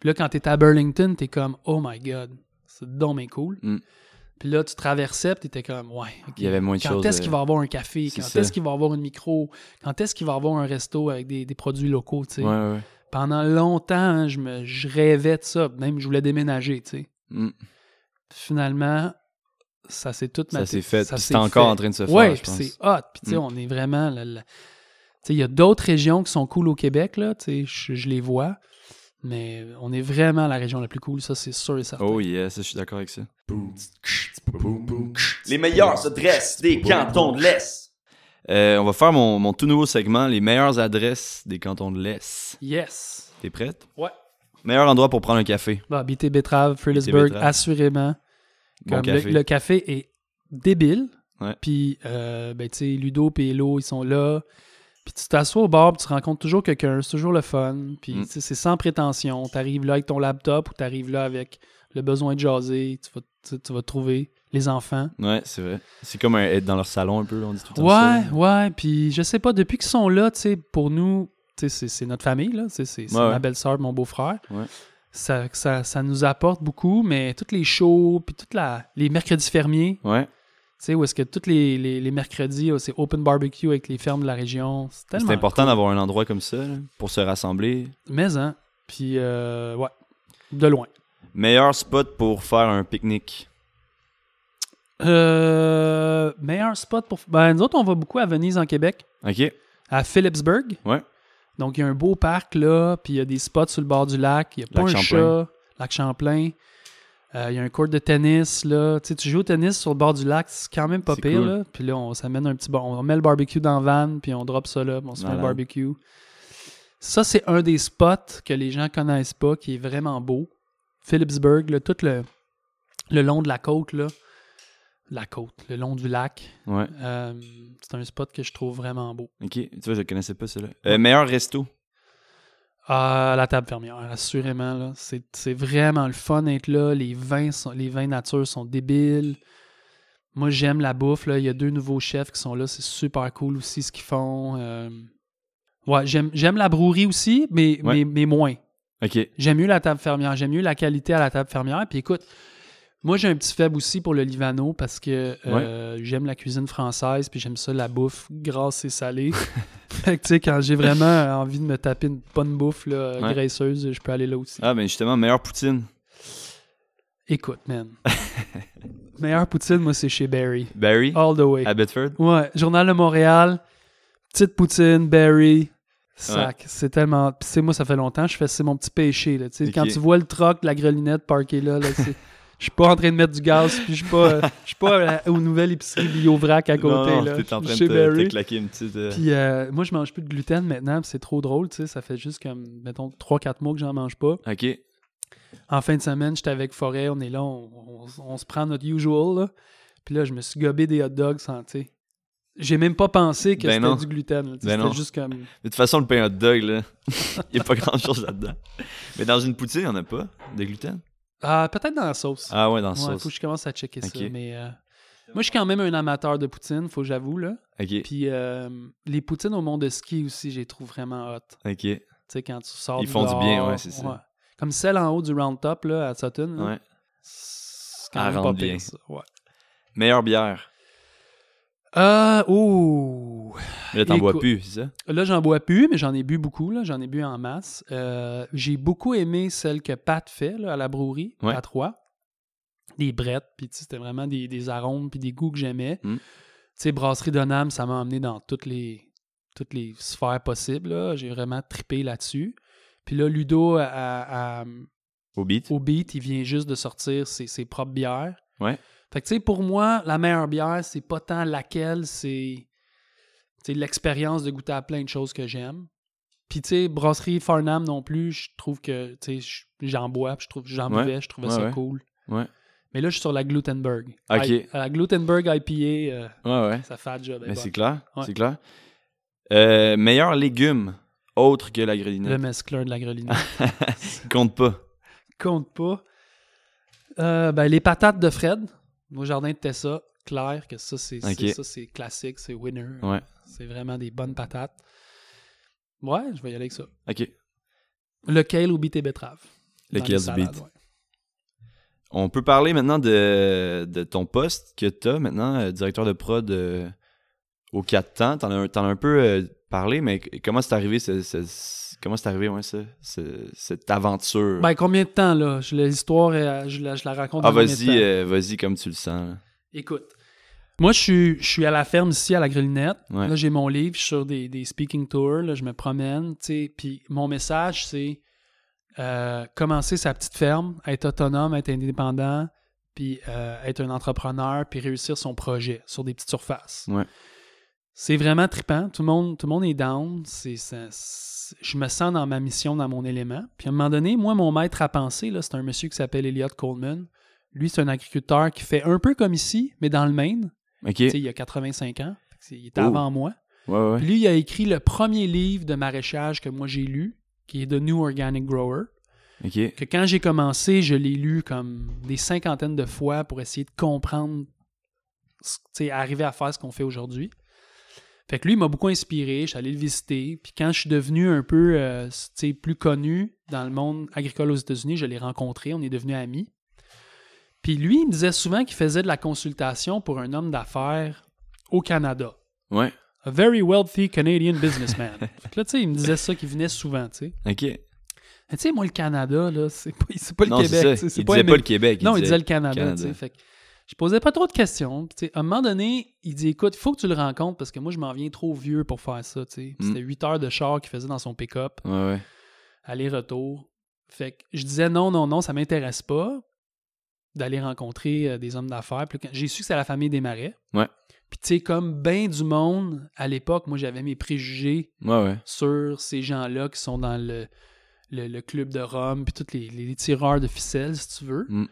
S2: Puis là, quand t'es à Burlington, t'es comme, oh my god, c'est donc bien cool.
S1: Mm.
S2: Puis là, tu traversais, puis t'étais comme, ouais. ok.
S1: Il y avait moins de
S2: quand
S1: choses.
S2: est-ce qu'il
S1: euh,
S2: va y avoir un café?
S1: c'est
S2: Quand
S1: ça.
S2: est-ce qu'il va y avoir une micro? Quand est-ce qu'il va y avoir un resto avec des, des produits locaux? tu sais?
S1: Ouais, ouais.
S2: Pendant longtemps, hein, je, me, je rêvais de ça. Même, je voulais déménager. tu sais.
S1: Mm.
S2: Finalement, ça s'est tout
S1: Ça
S2: maté-
S1: s'est fait. Puis
S2: s'est
S1: C'est encore
S2: fait.
S1: en train de se faire.
S2: Ouais,
S1: je
S2: puis
S1: pense.
S2: c'est hot. Puis tu sais,
S1: Mm.
S2: on est vraiment. là- là- Tu sais, il y a d'autres régions qui sont cool au Québec, là. Tu sais, je, je les vois. Mais on est vraiment la région la plus cool, ça, c'est sûr et certain.
S1: Oh yes, je suis d'accord avec ça.
S3: Les meilleurs se dressent des cantons de l'Est.
S1: Euh, on va faire mon, mon tout nouveau segment, les meilleures adresses des cantons de l'Est.
S2: Yes!
S1: T'es prête?
S2: Ouais.
S1: Meilleur endroit pour prendre un café.
S2: Bah, BT Betrave, Frillisburg,
S1: Betrave.
S2: assurément.
S1: Bon
S2: Comme le-
S1: café.
S2: Le, café est débile.
S1: Ouais.
S2: Puis, euh, ben, tu sais, Ludo et Elo, ils sont là. Puis tu t'assois au bar, puis tu rencontres toujours quelqu'un, c'est toujours le fun. Puis
S1: Mm.
S2: tu sais, c'est sans prétention. Tu arrives là avec ton laptop ou tu arrives là avec le besoin de jaser. Tu vas, tu, tu vas trouver les enfants.
S1: Ouais, c'est vrai. C'est comme un- être dans leur salon un peu, là, on dit tout le temps.
S2: Ouais,
S1: ça.
S2: ouais. Puis je sais pas, depuis qu'ils sont là, tu sais, pour nous, tu sais, c'est- c'est notre famille, là. tu sais, C'est c'est
S1: Ouais, ouais.
S2: ma belle-sœur, mon beau-frère.
S1: Ouais.
S2: Ça, ça, ça nous apporte beaucoup, mais toutes les shows, puis toute la, les mercredis fermiers,
S1: Ouais.
S2: tu sais, où est-ce que tous les, les, les mercredis, euh, c'est open barbecue avec les fermes de la région. C'est
S1: C'est
S2: tellement.
S1: important d'avoir un endroit comme ça là, pour se rassembler.
S2: Mais, hein. Puis, euh, ouais. De loin.
S1: Meilleur spot pour faire un pique-nique.
S2: Euh, meilleur spot pour. Ben, nous autres, on va beaucoup à Venise, en Québec,
S1: OK?
S2: à Phillipsburg.
S1: Ouais.
S2: Donc, il y a un beau parc, là. Puis, il y a des spots sur le bord du lac. Il y a pas
S1: Lac
S2: un
S1: Champlain.
S2: chat. Lac Champlain. Euh, il y a un court de tennis, là. Tu sais, tu joues au tennis sur le bord du lac, c'est quand même pas
S1: C'est
S2: pire,
S1: cool.
S2: là. Puis là, on s'amène un petit. bar- On met le barbecue dans la van, puis on drop ça là, puis on se fait un
S1: Malade.
S2: barbecue. Ça, c'est un des spots que les gens connaissent pas, qui est vraiment beau. Phillipsburg, là, tout le, le long de la côte, là. La côte, le long du lac.
S1: Ouais.
S2: Euh, c'est un spot que je trouve vraiment beau.
S1: OK. Tu vois, je connaissais pas celui-là. Euh, meilleur resto.
S2: Ah, la table fermière, assurément. là. C'est c'est vraiment le fun d'être là. Les vins, sont, les vins nature sont débiles. Moi, j'aime la bouffe. Là. Il y a deux nouveaux chefs qui sont là. C'est super cool aussi ce qu'ils font. Euh, Ouais, j'aime j'aime la brouerie aussi, mais,
S1: Ouais.
S2: mais, mais moins.
S1: OK.
S2: J'aime mieux la table fermière. J'aime mieux la qualité à la table fermière. Puis écoute, moi, j'ai un petit faible aussi pour le Livano parce que euh, j'aime la cuisine française. Puis j'aime ça, la bouffe grasse et salée. *laughs* fait que tu sais, quand j'ai vraiment *laughs* envie de me taper une bonne bouffe là,
S1: Ouais.
S2: graisseuse, je peux aller là aussi.
S1: Ah, ben justement, meilleur poutine.
S2: Écoute, man. *laughs* Meilleur poutine, moi, c'est chez Barry.
S1: Barry
S2: All the way.
S1: à Bedford.
S2: Ouais, Journal de Montréal, petite poutine, Barry, sac. C'est tellement. Pis c'est moi, ça fait longtemps, je fais c'est mon petit péché. Là, tu sais,
S1: Ok.
S2: Quand tu vois le troc de la grelinette parkée là, là c'est- je suis pas en train de mettre du gaz, puis je suis pas, euh, je suis pas à la- aux nouvelles épiceries Biovrac à côté.
S1: non, non,
S2: là,
S1: t'es en train de
S2: chez
S1: te,
S2: Barry.
S1: te claquer une petite... euh,
S2: Puis euh, moi, je mange plus de gluten maintenant, pis c'est trop drôle, tu sais. Ça fait juste comme, mettons, 3-4 mois que j'en mange pas.
S1: OK.
S2: En fin de semaine, j'étais avec Forêt, on est là, on, on- on se prend notre usual. Là. Puis là, je me suis gobé des hot dogs sans, tu sais. J'ai même pas pensé que
S1: Ben non.
S2: c'était du gluten. là, tu sais,
S1: Ben non.
S2: c'était juste comme.
S1: De toute façon, le pain hot dog, là, *laughs* il n'y a pas grand-chose là-dedans. Mais dans une poutine, il n'y en a pas de gluten.
S2: Ah, peut-être dans la sauce.
S1: Ah ouais, dans la
S2: Ouais, faut que
S1: sauce.
S2: je commence à checker
S1: Ok.
S2: ça. Mais euh, moi, je suis quand même un amateur de poutine, faut que j'avoue. là.
S1: OK.
S2: Puis euh, les poutines au monde de ski aussi, je les trouve vraiment hot.
S1: OK.
S2: Tu sais, quand tu sors
S1: Ils
S2: du
S1: font du bien,
S2: dehors,
S1: ouais, c'est ça.
S2: Comme celle en haut du Round Top là, à Sutton. là,
S1: Ouais.
S2: C'est quand
S1: Elle
S2: même pas
S1: rentre
S2: pire,
S1: bien.
S2: ça, ouais.
S1: Meilleure bière.
S2: Euh, oh!
S1: Mais là, t'en bois
S2: Écoute-
S1: plus, c'est ça?
S2: Là, j'en bois plus, mais j'en ai bu beaucoup. Là. J'en ai bu en masse. Euh, j'ai beaucoup aimé celle que Pat fait là, à la brouerie,
S1: Ouais.
S2: à Troyes. Des brettes, puis tu sais, c'était vraiment des, des arômes puis des goûts que j'aimais.
S1: Mm.
S2: Tu sais, Brasserie Donham, ça m'a emmené dans toutes les, toutes les sphères possibles. là. J'ai vraiment tripé là-dessus. Puis là, Ludo à- à- à-
S1: Au beat?
S2: au beat, il vient juste de sortir ses, ses propres bières.
S1: Ouais.
S2: Fait que tu sais, pour moi, la meilleure bière, c'est pas tant laquelle, c'est c'est l'expérience de goûter à plein de choses que j'aime. Puis tu sais, brasserie Farnham non plus, je trouve que tu sais, je- j'en bois, puis je trouve j'en
S1: Ouais.
S2: buvais, je trouvais
S1: Ouais,
S2: ça
S1: ouais.
S2: cool.
S1: Ouais.
S2: Mais là, je suis sur la Glutenberg.
S1: Ok.
S2: I- la Glutenberg IPA, euh,
S1: Ouais, ouais.
S2: ça fait le job. eh ben. elle
S1: Mais
S2: est
S1: c'est
S2: bonne.
S1: clair,
S2: Ouais.
S1: c'est clair. Euh, meilleur légume autre que la
S2: Le
S1: grelinette.
S2: mescleur de la grelinette.
S1: Compte pas.
S2: compte pas. Euh, ben, les patates de Fred, au jardin de Tessa, clair que ça, c'est c'est-
S1: Ok.
S2: ça, c'est classique, c'est winner.
S1: Ouais.
S2: C'est vraiment des bonnes patates. Ouais, je vais y aller avec ça.
S1: Ok.
S2: Le kale au beat et betterave.
S1: Le
S2: Dans
S1: kale
S2: les
S1: du
S2: salades,
S1: beet.
S2: ouais.
S1: On peut parler maintenant de, de ton poste que t'as maintenant, euh, directeur de prod euh, au 4 temps. T'en as, un- t'en as un peu euh, parlé, mais c- comment c'est arrivé, ce- ce- ce- comment c'est arrivé ouais, ça, ce- cette aventure?
S2: Ben, combien de temps, là? Je- L'histoire, euh, je, la- je la raconte
S1: ah,
S2: dans combien de
S1: vas-y,
S2: temps?
S1: euh, vas-y comme tu le sens. là.
S2: Écoute, moi, je suis, je suis à la ferme ici, à la Grelinette.
S1: Ouais.
S2: Là, j'ai mon livre, je suis sur des, des speaking tours, là, je me promène, tu sais. Puis mon message, c'est euh, commencer sa petite ferme, être autonome, être indépendant, puis euh, être un entrepreneur, puis réussir son projet sur des petites surfaces.
S1: Ouais.
S2: C'est vraiment trippant. Tout le monde, tout le monde est down. C'est, ça- c'est- je me sens dans ma mission, dans mon élément. Puis à un moment donné, moi, mon maître à penser, là, c'est un monsieur qui s'appelle Elliot Coleman. Lui, c'est un agriculteur qui fait un peu comme ici, mais dans le Maine.
S1: Ok.
S2: Tu sais, il y a 85 ans. Fait que c'est- Il était
S1: Oh.
S2: avant moi.
S1: Ouais, ouais.
S2: Puis lui, il a écrit le premier livre de maraîchage que moi j'ai lu, qui est The New Organic Grower.
S1: OK.
S2: Que quand j'ai commencé, je l'ai lu comme des cinquantaines de fois pour essayer de comprendre, ce- tu sais, arriver à faire ce qu'on fait aujourd'hui. Fait que lui, il m'a beaucoup inspiré. Je suis allé le visiter. Puis quand je suis devenu un peu euh, tu sais, plus connu dans le monde agricole aux États-Unis, je l'ai rencontré. On est devenus amis. Puis lui, il me disait souvent qu'il faisait de la consultation pour un homme d'affaires au Canada.
S1: Ouais.
S2: A very wealthy Canadian businessman. Fait que là, tu sais, il me disait ça qu'il venait souvent, tu sais.
S1: OK.
S2: Mais tu sais, moi, le Canada, là, c'est pas, c'est pas le
S1: non,
S2: Québec.
S1: c'est
S2: tu
S1: ça.
S2: sais, c'est
S1: il disait
S2: Amé-
S1: pas le Québec.
S2: Non, il disait le Canada,
S1: Canada.
S2: tu sais. Fait que je posais pas trop de questions. Puis, tu sais, à un moment donné, il dit écoute, faut que tu le rencontres parce que moi, je m'en viens trop vieux pour faire ça, tu sais. Puis
S1: Mm.
S2: C'était 8 heures de char qu'il faisait dans son pick-up,
S1: Ouais, ouais.
S2: aller-retour. Fait que je disais non, non, non, ça m'intéresse pas d'aller rencontrer euh, des hommes d'affaires. Puis quand- j'ai su que c'était la famille des Marais.
S1: Ouais.
S2: Puis, tu sais, comme bien du monde, à l'époque, moi, j'avais mes préjugés
S1: Ouais, ouais.
S2: sur ces gens-là qui sont dans le, le, le club de Rome, puis tous les, les tireurs de ficelles, si tu veux.
S1: Mm.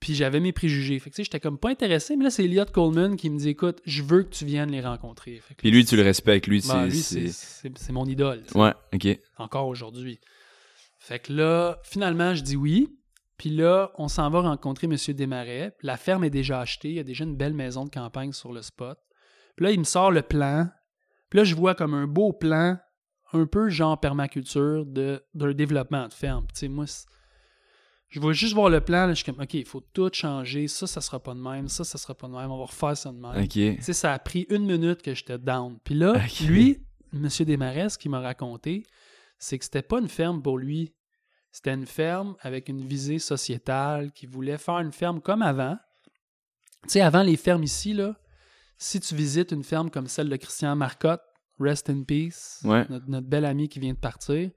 S2: Puis j'avais mes préjugés. Fait que tu sais, j'étais comme pas intéressé, mais là, c'est Elliot Coleman qui me dit écoute, je veux que tu viennes les rencontrer. Fait que
S1: Puis lui, tu le respectes. Lui,
S2: ben,
S1: c'est-
S2: lui, c'est-
S1: c'est.
S2: c'est c'est mon idole, tu sais,
S1: Ouais, OK.
S2: encore aujourd'hui. Fait que là, finalement, je dis oui. Puis là, on s'en va rencontrer M. Desmarais. La ferme est déjà achetée. Il y a déjà une belle maison de campagne sur le spot. Puis là, il me sort le plan. Puis là, je vois comme un beau plan, un peu genre permaculture, de- d'un développement de ferme. Puis, Tu sais, moi, c'est- je vais juste voir le plan. là, je suis comme, OK, il faut tout changer. Ça, ça sera pas de même. Ça, ça sera pas de même. On va refaire ça de même.
S1: OK.
S2: Tu sais, ça a pris une minute que j'étais down. Puis là,
S1: Ok.
S2: lui, M. Desmarais, ce qu'il m'a raconté, c'est que c'était pas une ferme pour lui. C'était une ferme avec une visée sociétale qui voulait faire une ferme comme avant. Tu sais, avant les fermes ici, là, si tu visites une ferme comme celle de Christian Marcotte, Rest in Peace,
S1: Ouais.
S2: notre, notre bel ami qui vient de partir, tu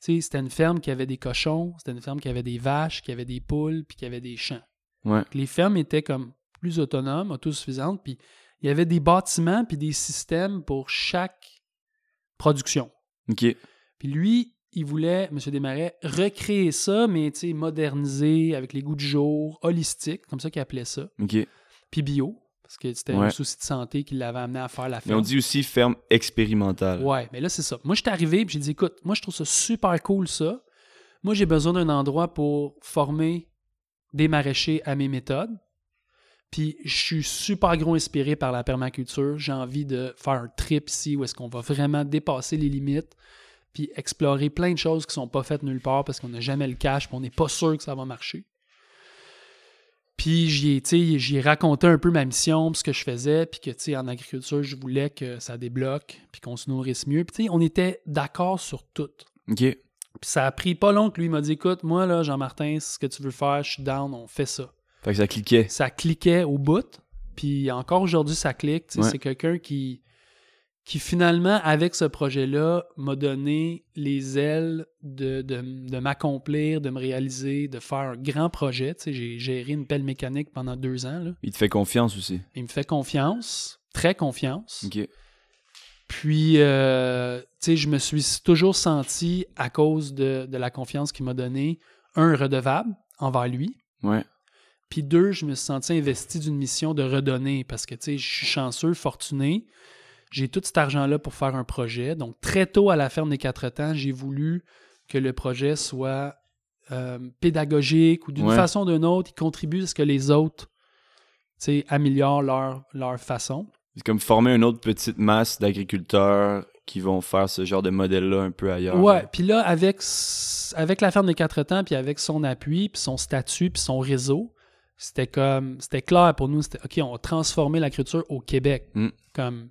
S2: sais, c'était une ferme qui avait des cochons, c'était une ferme qui avait des vaches, qui avait des poules, puis qui avait des champs.
S1: Ouais.
S2: Les fermes étaient comme plus autonomes, autosuffisantes, puis il y avait des bâtiments puis des systèmes pour chaque production.
S1: OK.
S2: Puis lui, il voulait, M. Desmarais, recréer ça, mais tu sais, moderniser avec les goûts du jour, holistique, comme ça qu'il appelait ça,
S1: OK.
S2: puis bio, parce que c'était un
S1: Ouais.
S2: souci de santé qui l'avait amené à faire la
S1: Mais on
S2: ferme.
S1: dit aussi ferme expérimentale.
S2: Ouais, mais là, c'est ça. Moi, je suis arrivé puis j'ai dit, écoute, moi, je trouve ça super cool, ça. Moi, j'ai besoin d'un endroit pour former des maraîchers à mes méthodes. Puis, je suis super gros inspiré par la permaculture. J'ai envie de faire un trip ici où est-ce qu'on va vraiment dépasser les limites puis explorer plein de choses qui sont pas faites nulle part parce qu'on n'a jamais le cash puis on n'est pas sûr que ça va marcher. Puis j'y ai, tu sais, j'y ai raconté un peu ma mission, puis ce que je faisais, puis que tu sais, en agriculture, je voulais que ça débloque, puis qu'on se nourrisse mieux. Puis tu sais, on était d'accord sur tout.
S1: OK.
S2: Puis ça a pris pas long que lui m'a dit écoute, moi là, Jean-Martin, c'est ce que tu veux faire, je suis down, on fait ça.
S1: Fait que ça cliquait.
S2: Ça cliquait au bout, puis encore aujourd'hui, ça clique. tu sais,
S1: Ouais.
S2: C'est quelqu'un qui, qui finalement, avec ce projet-là, m'a donné les ailes de, de, de m'accomplir, de me réaliser, de faire un grand projet. Tu sais, J'ai géré une pelle mécanique pendant deux ans. Là.
S1: Il te fait confiance aussi.
S2: Il me fait confiance, très confiance.
S1: OK.
S2: Puis, euh, tu sais, je me suis toujours senti, à cause de, de la confiance qu'il m'a donnée, un, redevable envers lui.
S1: Ouais.
S2: Puis deux, je me suis senti investi d'une mission de redonner parce que, tu sais, je suis chanceux, fortuné. J'ai tout cet argent-là pour faire un projet. Donc, très tôt à la ferme des quatre temps, j'ai voulu que le projet soit euh, pédagogique ou d'une
S1: Ouais.
S2: façon ou d'une autre, il contribue à ce que les autres, tu sais, améliorent leur, leur façon.
S1: C'est comme former une autre petite masse d'agriculteurs qui vont faire ce genre de modèle-là un peu ailleurs.
S2: Ouais, puis là, avec, s- avec la ferme des quatre temps, puis avec son appui, puis son statut, puis son réseau, c'était comme, c'était clair pour nous, c'était, OK, on va transformer l'agriculture au Québec,
S1: Mm.
S2: comme,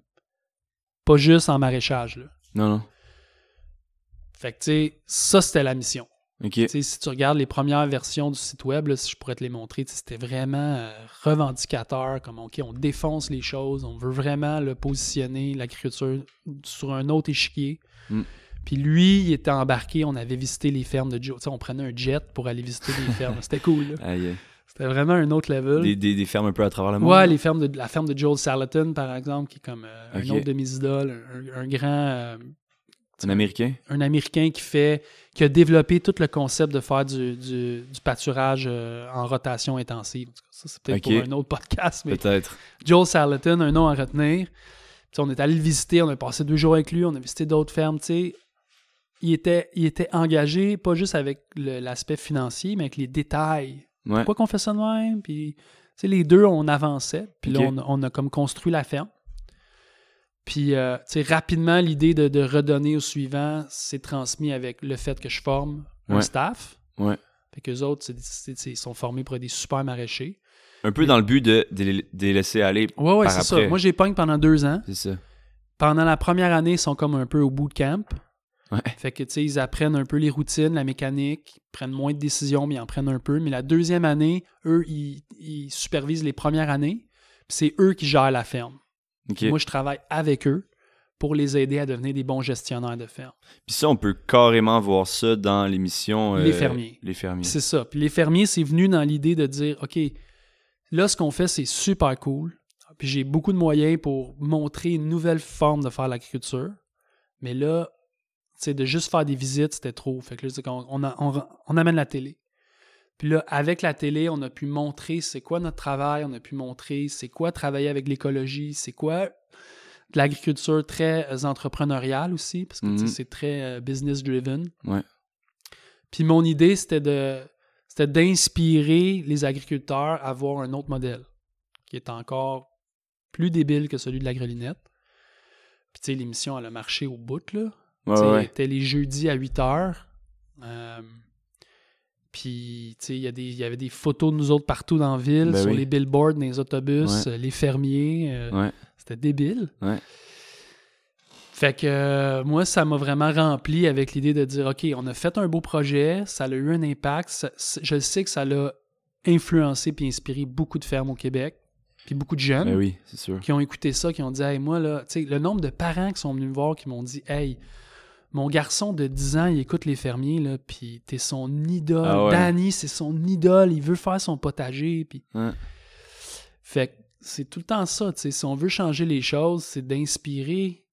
S2: pas juste en maraîchage, là.
S1: Non, non.
S2: Fait que, tu sais, ça, c'était la mission.
S1: OK.
S2: Tu sais, si tu regardes les premières versions du site web, là, si je pourrais te les montrer, tu sais, c'était vraiment euh, revendicateur, comme OK, on défonce les choses, on veut vraiment le positionner l'agriculture sur un autre échiquier.
S1: Mm.
S2: Puis lui, il était embarqué, on avait visité les fermes de Joe. Tu sais, on prenait un jet pour aller visiter
S1: *laughs*
S2: les fermes. C'était cool. là.
S1: Aïe, aïe.
S2: C'était vraiment un autre level.
S1: Des, des, des fermes un peu à travers le monde.
S2: Ouais, les fermes de, la ferme de Joel Salatin, par exemple, qui est comme euh,
S1: Ok.
S2: un autre de mes idoles, un, un grand euh,
S1: Un américain.
S2: un Américain qui fait qui a développé tout le concept de faire du, du- du pâturage euh, en rotation intensive. En tout cas, ça, c'est peut-être
S1: Ok.
S2: pour un autre podcast, mais
S1: Peut-être.
S2: Joel Salatin, un nom à retenir. Puis on est allé le visiter, on a passé deux jours avec lui, on a visité d'autres fermes, tu sais. Il était, il était engagé, pas juste avec le- l'aspect financier, mais avec les détails.
S1: Ouais.
S2: Pourquoi qu'on fait ça de même? Puis, tu sais, les deux, on avançait. Puis
S1: Ok.
S2: là, on, a- on a comme construit la ferme. Puis, euh, tu sais, rapidement, l'idée de, de redonner au suivant s'est transmise avec le fait que je forme un
S1: Ouais.
S2: staff.
S1: Ouais.
S2: Fait qu'eux autres, c'est des- c'est- c'est- ils sont formés pour être des super maraîchers.
S1: Un peu dans le but de, de les- de les laisser aller.
S2: Ouais, ouais,
S1: Par
S2: c'est ça.
S1: après.
S2: Moi, j'ai pogne pendant deux ans.
S1: C'est ça.
S2: Pendant la première année, ils sont comme un peu au bootcamp.
S1: Ouais.
S2: Fait que, tu sais, ils apprennent un peu les routines, la mécanique, ils prennent moins de décisions, mais ils en prennent un peu. Mais la deuxième année, eux, ils, ils supervisent les premières années. Puis c'est eux qui gèrent la ferme.
S1: Ok.
S2: Moi, je travaille avec eux pour les aider à devenir des bons gestionnaires de ferme.
S1: Puis ça, on peut carrément voir ça dans l'émission. euh,
S2: Les fermiers.
S1: Les fermiers.
S2: C'est ça. Puis les fermiers, c'est venu dans l'idée de dire OK, là, ce qu'on fait, c'est super cool. Puis j'ai beaucoup de moyens pour montrer une nouvelle forme de faire l'agriculture. Mais là, tu sais, de juste faire des visites, c'était trop. Fait que là, c'est qu'on- on, a- on- on amène la télé. Puis là, avec la télé, on a pu montrer c'est quoi notre travail, on a pu montrer c'est quoi travailler avec l'écologie, c'est quoi de l'agriculture très euh, entrepreneuriale aussi, parce que tu sais,
S1: Mhm.
S2: c'est très euh, business-driven.
S1: Ouais.
S2: Puis mon idée, c'était de c'était d'inspirer les agriculteurs à voir un autre modèle qui est encore plus débile que celui de la grelinette. Puis tu sais, l'émission, elle a marché au bout, là.
S1: Ouais,
S2: Tu sais,
S1: ouais.
S2: C'était les jeudis à 8 heures. Euh, puis, tu sais, il y, a des- il y avait des photos de nous autres partout dans la ville,
S1: Ben
S2: sur
S1: oui.
S2: les billboards, dans les autobus,
S1: Ouais.
S2: euh, les fermiers. euh,
S1: Ouais.
S2: C'était débile.
S1: Ouais.
S2: Fait que euh, moi, ça m'a vraiment rempli avec l'idée de dire OK, on a fait un beau projet, ça a eu un impact. ça- c- je sais que ça l'a influencé puis inspiré beaucoup de fermes au Québec, puis beaucoup de jeunes
S1: Ben oui, c'est sûr.
S2: qui ont écouté ça, qui ont dit Hey, moi, là, tu sais, le nombre de parents qui sont venus me voir, qui m'ont dit Hey, mon garçon de 10 ans, il écoute les fermiers, là, puis t'es son idole.
S1: Ah ouais.
S2: Danny, c'est son idole, il veut faire son potager, puis.
S1: Ouais.
S2: Fait que c'est tout le temps ça, tu sais. Si on veut changer les choses, c'est d'inspirer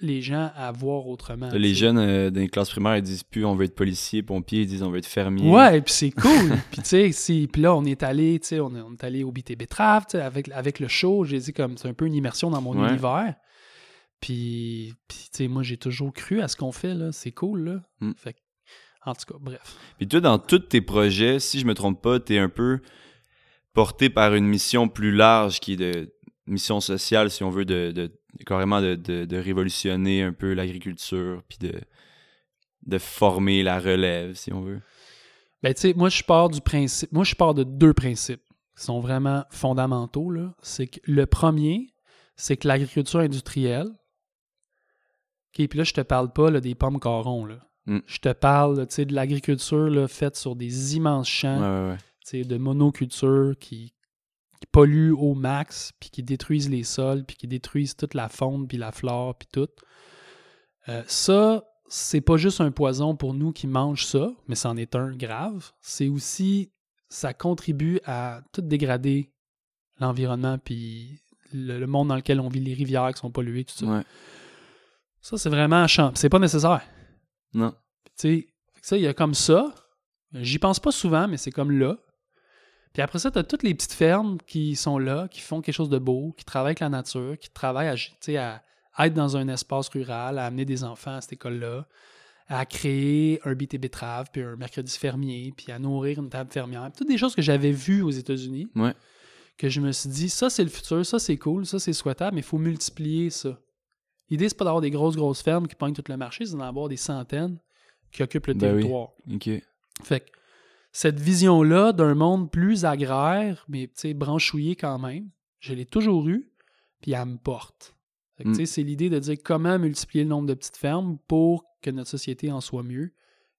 S2: les gens à voir autrement.
S1: Les
S2: tu sais.
S1: jeunes euh, dans les classes primaires, ils disent plus on veut être policier, pompier, ils disent on veut être fermier.
S2: Ouais, puis c'est cool. *laughs* puis tu sais, si- puis là, on est allé, tu sais, on, est- on est allé au BT Betrave, tu sais, avec, avec le show, j'ai dit comme, c'est un peu une immersion dans mon
S1: Ouais.
S2: univers. Puis, puis, tu sais, moi, j'ai toujours cru à ce qu'on fait, là. C'est cool, là.
S1: Mm.
S2: Fait que, en tout cas, bref.
S1: Puis toi, dans tous tes projets, si je me trompe pas, t'es un peu porté par une mission plus large qui est de mission sociale, si on veut, de, de- carrément de, de- de révolutionner un peu l'agriculture, puis de, de former la relève, si on veut.
S2: Ben, tu sais, moi, je pars du principe, moi, je pars de deux principes qui sont vraiment fondamentaux, là. C'est que le premier, c'est que l'agriculture industrielle, OK, puis là, je te parle pas là, des pommes carons, là.
S1: Mm.
S2: Je te parle, tu sais, de l'agriculture là, faite sur des immenses champs,
S1: Ouais, ouais, ouais.
S2: tu sais, de monoculture qui, qui polluent au max, puis qui détruisent les sols, puis qui détruisent toute la faune, puis la flore, puis tout. Euh, ça, c'est pas juste un poison pour nous qui mangent ça, mais c'en est un grave. C'est aussi, ça contribue à tout dégrader l'environnement, puis le, le monde dans lequel on vit, les rivières qui sont polluées, tout ça.
S1: Ouais.
S2: Ça, c'est vraiment champ. C'est pas nécessaire.
S1: Non.
S2: Tu sais, fait que ça, il y a comme ça. J'y pense pas souvent, mais c'est comme là. Puis après ça, tu as toutes les petites fermes qui sont là, qui font quelque chose de beau, qui travaillent avec la nature, qui travaillent à, tu sais, à être dans un espace rural, à amener des enfants à cette école-là, à créer un BT betterave, puis un mercredi fermier, puis à nourrir une table fermière. Toutes des choses que j'avais vues aux États-Unis,
S1: Ouais.
S2: que je me suis dit, ça c'est le futur, ça c'est cool, ça c'est souhaitable, mais il faut multiplier ça. L'idée, c'est pas d'avoir des grosses, grosses fermes qui pognent tout le marché, c'est d'en avoir des centaines qui occupent le
S1: Ben oui.
S2: territoire.
S1: OK.
S2: Fait que cette vision-là d'un monde plus agraire, mais tu sais, branchouillé quand même, je l'ai toujours eue, puis elle me porte. Fait que,
S1: Mm.
S2: tu sais, C'est l'idée de dire comment multiplier le nombre de petites fermes pour que notre société en soit mieux.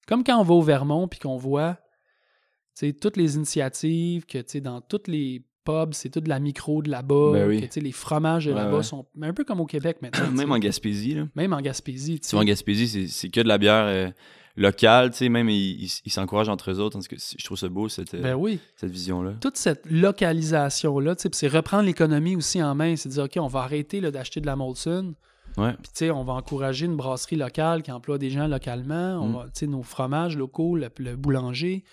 S2: Comme quand on va au Vermont puis qu'on voit tu sais, toutes les initiatives, que tu sais, dans toutes les pubs, c'est tout de la micro de là-bas,
S1: Ben oui.
S2: que tu sais, les fromages de
S1: Ouais,
S2: là-bas
S1: ouais.
S2: sont mais un peu comme au Québec maintenant. tu sais.
S1: Même en Gaspésie, là.
S2: Même en Gaspésie. tu
S1: Tu
S2: sais.
S1: vois, en Gaspésie, c'est- c'est que de la bière euh, locale, tu sais, même ils ils- ils s'encouragent entre eux autres. En tout cas, c- je trouve ça beau, cette, euh,
S2: Ben oui.
S1: cette vision-là.
S2: toute cette localisation-là, tu sais, puis c'est reprendre l'économie aussi en main, c'est de dire, OK, on va arrêter là, d'acheter de la Molson,
S1: Ouais.
S2: puis tu sais, on va encourager une brasserie locale qui emploie des gens localement, on
S1: Mm.
S2: va, tu sais, nos fromages locaux, le, le boulanger,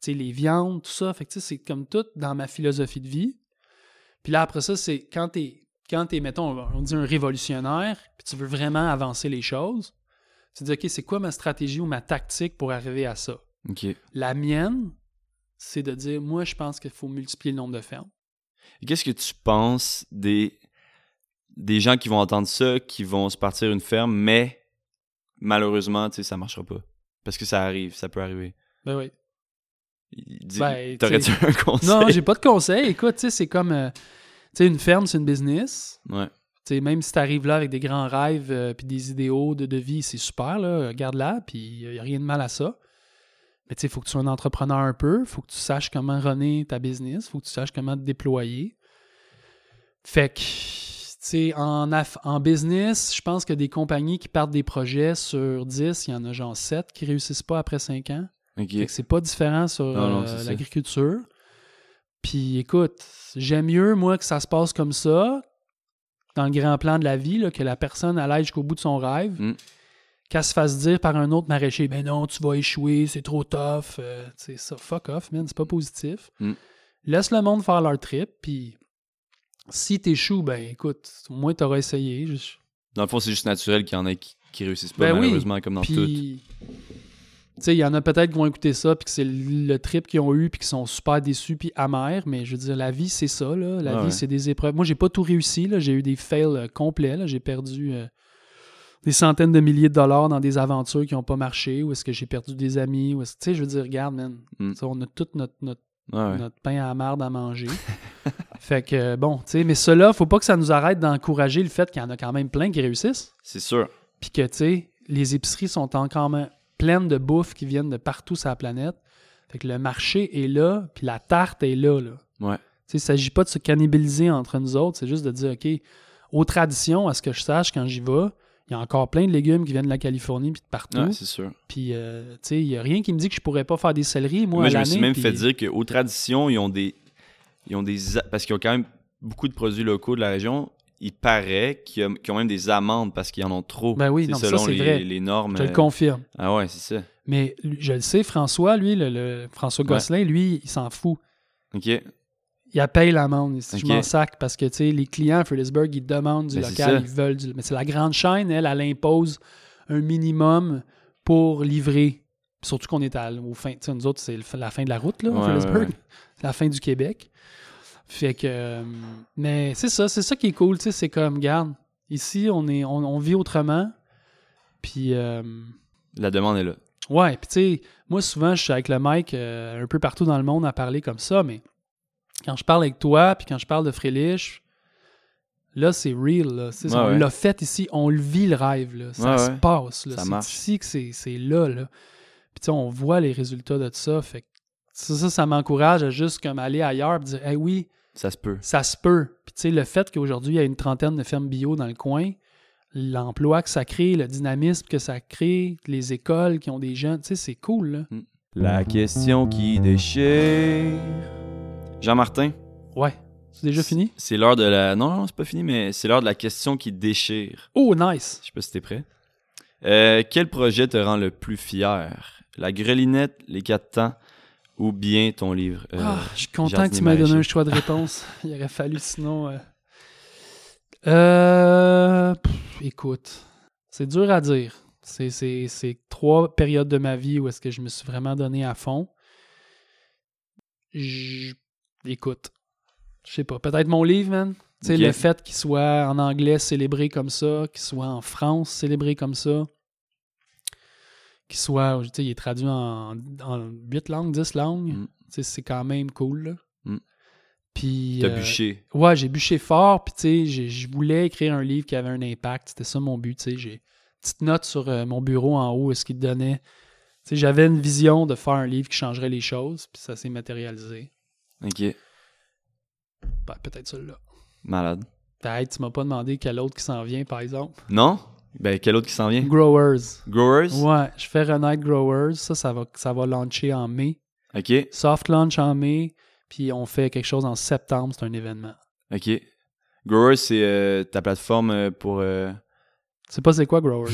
S2: tu sais, les viandes, tout ça. Fait que tu sais, c'est comme tout dans ma philosophie de vie. Puis là, après ça, c'est quand t'es quand tu es, mettons, on dit un révolutionnaire, puis tu veux vraiment avancer les choses, tu te dis, OK, c'est quoi ma stratégie ou ma tactique pour arriver à ça?
S1: OK.
S2: La mienne, c'est de dire, moi, je pense qu'il faut multiplier le nombre de fermes.
S1: Et Qu'est-ce que tu penses des, des gens qui vont entendre ça, qui vont se partir une ferme, mais malheureusement, tu sais, ça marchera pas. Parce que ça arrive, ça peut arriver.
S2: Ben oui.
S1: Dis-
S2: Ben,
S1: T'aurais-tu
S2: tu
S1: un conseil?
S2: *laughs* Non, j'ai pas de conseil. Écoute, tu sais, c'est comme, euh, tu sais, une ferme, c'est une business.
S1: Ouais.
S2: Tu sais, même si tu arrives là avec des grands rêves euh, puis des idéaux de, de vie, c'est super, là, garde-la, puis il n'y a rien de mal à ça. Mais tu sais, il faut que tu sois un entrepreneur un peu, il faut que tu saches comment runner ta business, il faut que tu saches comment te déployer. Fait que, tu sais, en, aff- en business, je pense que des compagnies qui partent des projets sur 10, il y en a genre 7 qui réussissent pas après 5 ans.
S1: Ok.
S2: Fait que c'est pas différent sur
S1: Non, non,
S2: euh,
S1: c'est ça.
S2: l'agriculture. Puis écoute, j'aime mieux, moi, que ça se passe comme ça, dans le grand plan de la vie, là, que la personne elle aille jusqu'au bout de son rêve,
S1: Mm.
S2: qu'elle se fasse dire par un autre maraîcher Ben non, tu vas échouer, c'est trop tough. euh, tu sais, ça, fuck off, man, c'est pas positif.
S1: Mm.
S2: Laisse le monde faire leur trip, puis si t'échoues, ben écoute, au moins t'auras essayé. Je-
S1: Dans le fond, c'est juste naturel qu'il y en ait qui, qui réussissent pas,
S2: Ben oui.
S1: malheureusement, comme dans tout.
S2: Puis, tu sais, il y en a peut-être qui vont écouter ça, puis que c'est le le trip qu'ils ont eu, puis qui sont super déçus, puis amers. Mais je veux dire, la vie, c'est ça, là. La
S1: Ah
S2: vie,
S1: ouais.
S2: c'est des épreuves. Moi, j'ai pas tout réussi, là. J'ai eu des fails euh, complets, là. J'ai perdu euh, des centaines de milliers de dollars dans des aventures qui n'ont pas marché, ou est-ce que j'ai perdu des amis, ou est-ce tu sais, je veux dire, regarde, man.
S1: Mm.
S2: tu sais, On a tout notre, notre,
S1: Ouais, ouais.
S2: notre pain à la marde
S1: *laughs*
S2: à manger. fait que, euh, bon, tu sais, mais cela, faut pas que ça nous arrête d'encourager le fait qu'il y en a quand même plein qui réussissent
S1: C'est sûr.
S2: puis que, tu sais, les épiceries sont encore même pleines de bouffe qui viennent de partout sur la planète. Fait que le marché est là, puis la tarte est là, là.
S1: Ouais.
S2: Tu sais, il s'agit pas de se cannibaliser entre nous autres, c'est juste de dire, OK, aux traditions, à ce que je sache, quand j'y vais, il y a encore plein de légumes qui viennent de la Californie, puis de partout.
S1: Ouais, c'est sûr.
S2: puis, euh, tu sais, il y a rien qui me dit que je pourrais pas faire des céleris, moi,
S1: Moi,
S2: à
S1: je me
S2: l'année,
S1: suis même
S2: puis-
S1: fait dire qu'aux traditions, ils ont des. Ils ont des. a- Parce qu'ils ont quand même beaucoup de produits locaux de la région. Il paraît qu'il y a- qu'ils ont même des amendes parce qu'ils en ont trop.
S2: Ben
S1: tu
S2: oui,
S1: sais,
S2: non, mais ça,
S1: selon
S2: c'est
S1: les,
S2: vrai.
S1: les normes.
S2: Je te le
S1: euh,
S2: confirme.
S1: Ah ouais, c'est ça.
S2: Mais lui- je le sais, François, lui, le, le- François
S1: Ouais.
S2: Gosselin, lui, il s'en fout.
S1: Ok. Ben,
S2: Il a payé l'amende. Si Je
S1: Ok.
S2: m'en sac parce que tu sais, les clients à Fredericksburg, ils demandent du
S1: Ben, c'est
S2: local,
S1: ça.
S2: ils veulent du. Mais c'est la grande chaîne, elle, elle impose un minimum pour livrer. Puis Surtout qu'on est à, au fin. Tu sais, nous autres, c'est le fin- la fin de la route, là, à
S1: Ouais,
S2: Fredericksburg.
S1: ouais, ouais.
S2: C'est *laughs* La fin du Québec. Fait que. euh, Mais c'est ça, c'est ça qui est cool, tu sais. C'est comme, garde, ici, on, est, on, on vit autrement. Puis. euh,
S1: La demande est là.
S2: Ouais, puis tu sais, moi souvent, je suis avec le Mike euh, un peu partout dans le monde à parler comme ça, mais quand je parle avec toi, puis quand je parle de Frélich, là, c'est real. Là. Tu sais,
S1: Ouais,
S2: on
S1: ouais.
S2: l'a fait ici, on le vit le rêve. Là. Ça
S1: Ouais,
S2: se
S1: ouais.
S2: passe. Là.
S1: Ça
S2: c'est
S1: marche.
S2: ici que c'est, c'est là. là. Puis tu sais, on voit les résultats de ça. Fait que ça, ça, ça m'encourage à juste comme aller ailleurs et dire, eh oui,
S1: Ça se peut.
S2: ça se peut. Puis tu sais, le fait qu'aujourd'hui, il y a une trentaine de fermes bio dans le coin, l'emploi que ça crée, le dynamisme que ça crée, les écoles qui ont des jeunes, tu sais, c'est cool, là.
S1: La question qui déchire. Jean-Martin.
S2: Ouais. C'est déjà fini?
S1: C'est l'heure de la. Non, non, c'est pas fini, mais c'est l'heure de la question qui déchire.
S2: Oh, nice!
S1: Je sais pas si t'es prêt. Euh, quel projet te rend le plus fier La grelinette, les quatre temps ou bien ton livre Euh,
S2: Ah, je suis content
S1: jardinier
S2: que tu m'aies donné
S1: maraîcher.
S2: un choix de réponse. *laughs* Il aurait fallu sinon... euh. Euh, pff, écoute, c'est dur à dire. C'est- C'est c'est trois périodes de ma vie où est-ce que je me suis vraiment donné à fond. Je- Écoute, je sais pas, peut-être mon livre, man. Tu sais,
S1: Ok.
S2: Le fait qu'il soit en anglais célébré comme ça, qu'il soit en France célébré comme ça, qu'il soit, tu sais, il est traduit en, en 8 langues, 10 langues,
S1: Mm.
S2: Tu sais, c'est quand même cool. là.
S1: Mm.
S2: Puis.
S1: T'as
S2: euh,
S1: bûché.
S2: Ouais, j'ai bûché fort, puis tu sais, j'ai- je voulais écrire un livre qui avait un impact. C'était ça mon but, tu sais. J'ai petite note sur euh, mon bureau en haut, ce qu'il donnait. Tu sais, j'avais une vision de faire un livre qui changerait les choses, puis ça s'est matérialisé.
S1: Ok.
S2: Ben, peut-être celui-là.
S1: Malade.
S2: Peut-être, tu m'as pas demandé quel autre qui s'en vient, par exemple.
S1: *laughs* Non Ben, quel autre qui s'en vient
S2: Growers.
S1: Growers
S2: Ouais, je fais renaître Growers. Ça, ça va, ça va lancer en mai.
S1: Ok.
S2: Soft launch en mai, puis on fait quelque chose en septembre. C'est un événement.
S1: Ok. Growers, c'est euh, ta plateforme euh, pour. euh, *laughs*
S2: Tu sais pas c'est quoi Growers?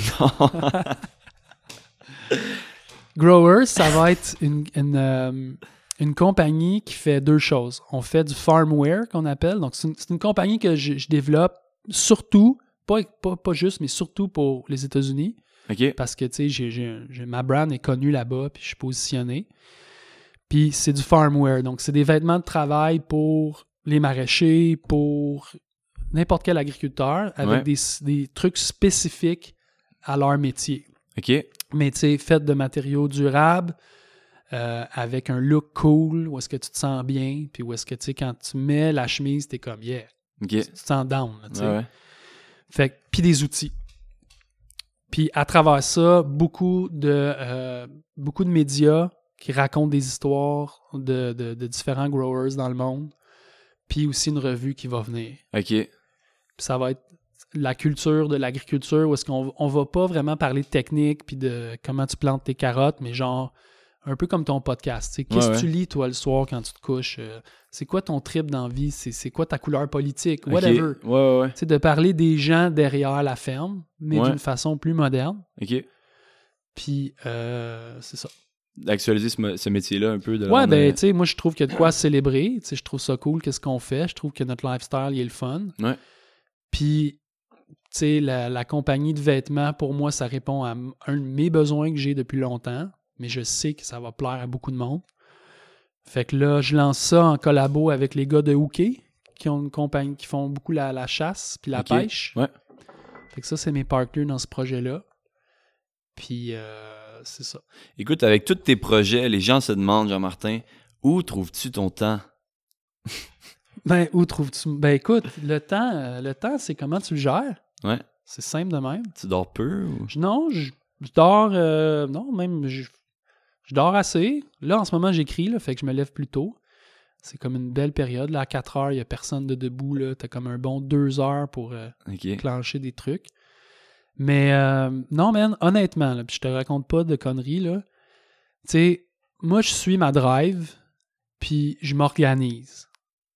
S2: Growers, ça va être une, une, euh, une compagnie qui fait deux choses. On fait du farmware qu'on appelle. Donc, c'est une, c'est une compagnie que je, je développe surtout, pas, pas, pas juste, mais surtout pour les États-Unis.
S1: OK.
S2: Parce que, tu sais, j'ai- j'ai- j'ai- ma brand est connue là-bas, puis je suis positionné. Puis c'est du farmware. Donc, c'est des vêtements de travail pour les maraîchers, pour n'importe quel agriculteur, avec
S1: Ouais.
S2: des, des trucs spécifiques à leur métier.
S1: OK.
S2: Mais, tu sais, fait de matériaux durables, euh, avec un look cool, où est-ce que tu te sens bien, puis où est-ce que, tu sais, quand tu mets la chemise, t'es comme, yeah,
S1: OK.
S2: tu te sens down, là, tu sais.
S1: Ouais, ouais.
S2: Fait que- puis des outils. Puis à travers ça, beaucoup de, euh, beaucoup de médias qui racontent des histoires de, de- de différents growers dans le monde. Puis aussi une revue qui va venir.
S1: OK.
S2: Puis ça va être la culture de l'agriculture où est-ce qu'on on va pas vraiment parler de technique puis de comment tu plantes tes carottes, mais genre un peu comme ton podcast. tu sais. Qu'est-ce que
S1: Ouais,
S2: tu lis toi le soir quand tu te couches? Euh, C'est quoi ton trip d'envie? C'est c'est quoi ta couleur politique? Whatever
S1: OK. Ouais, ouais, ouais.
S2: c'est de parler des gens derrière la ferme, mais
S1: Ouais.
S2: d'une façon plus moderne.
S1: OK.
S2: Puis, euh, c'est ça.
S1: D'actualiser ce, mo- ce métier-là un peu. De le
S2: ouais,
S1: rendre,
S2: ben,
S1: euh,
S2: tu sais, moi, je trouve qu'il y a de quoi célébrer. Tu sais, je trouve ça cool, qu'est-ce qu'on fait. Je trouve que notre lifestyle, il est le fun.
S1: Ouais.
S2: Puis, tu sais, la, la compagnie de vêtements, pour moi, ça répond à m- un de mes besoins que j'ai depuis longtemps, mais je sais que ça va plaire à beaucoup de monde. Fait que là, je lance ça en collabo avec les gars de Hooké, qui ont une compagnie qui font beaucoup la, la chasse puis la
S1: Ok.
S2: pêche.
S1: Ouais.
S2: Fait que ça, c'est mes partners dans ce projet-là. Puis, euh, c'est ça.
S1: Écoute, avec tous tes projets, les gens se demandent, Jean-Martin, où trouves-tu ton temps?
S2: Ben, où trouves-tu. Ben, écoute, le temps, euh, le temps, c'est comment tu le gères.
S1: Ouais.
S2: C'est simple de même.
S1: Tu dors peu ou...
S2: Je- non, je, je dors. euh, non, même. Je, je dors assez. Là, en ce moment, j'écris, là, fait que je me lève plus tôt. C'est comme une belle période. Là, à 4 heures, il n'y a personne de debout. Là. T'as comme un bon 2 heures pour euh,
S1: OK.
S2: clencher des trucs. Mais euh, non, man, honnêtement, là, puis je te raconte pas de conneries, là. Tu sais, moi, je suis ma drive, puis je m'organise.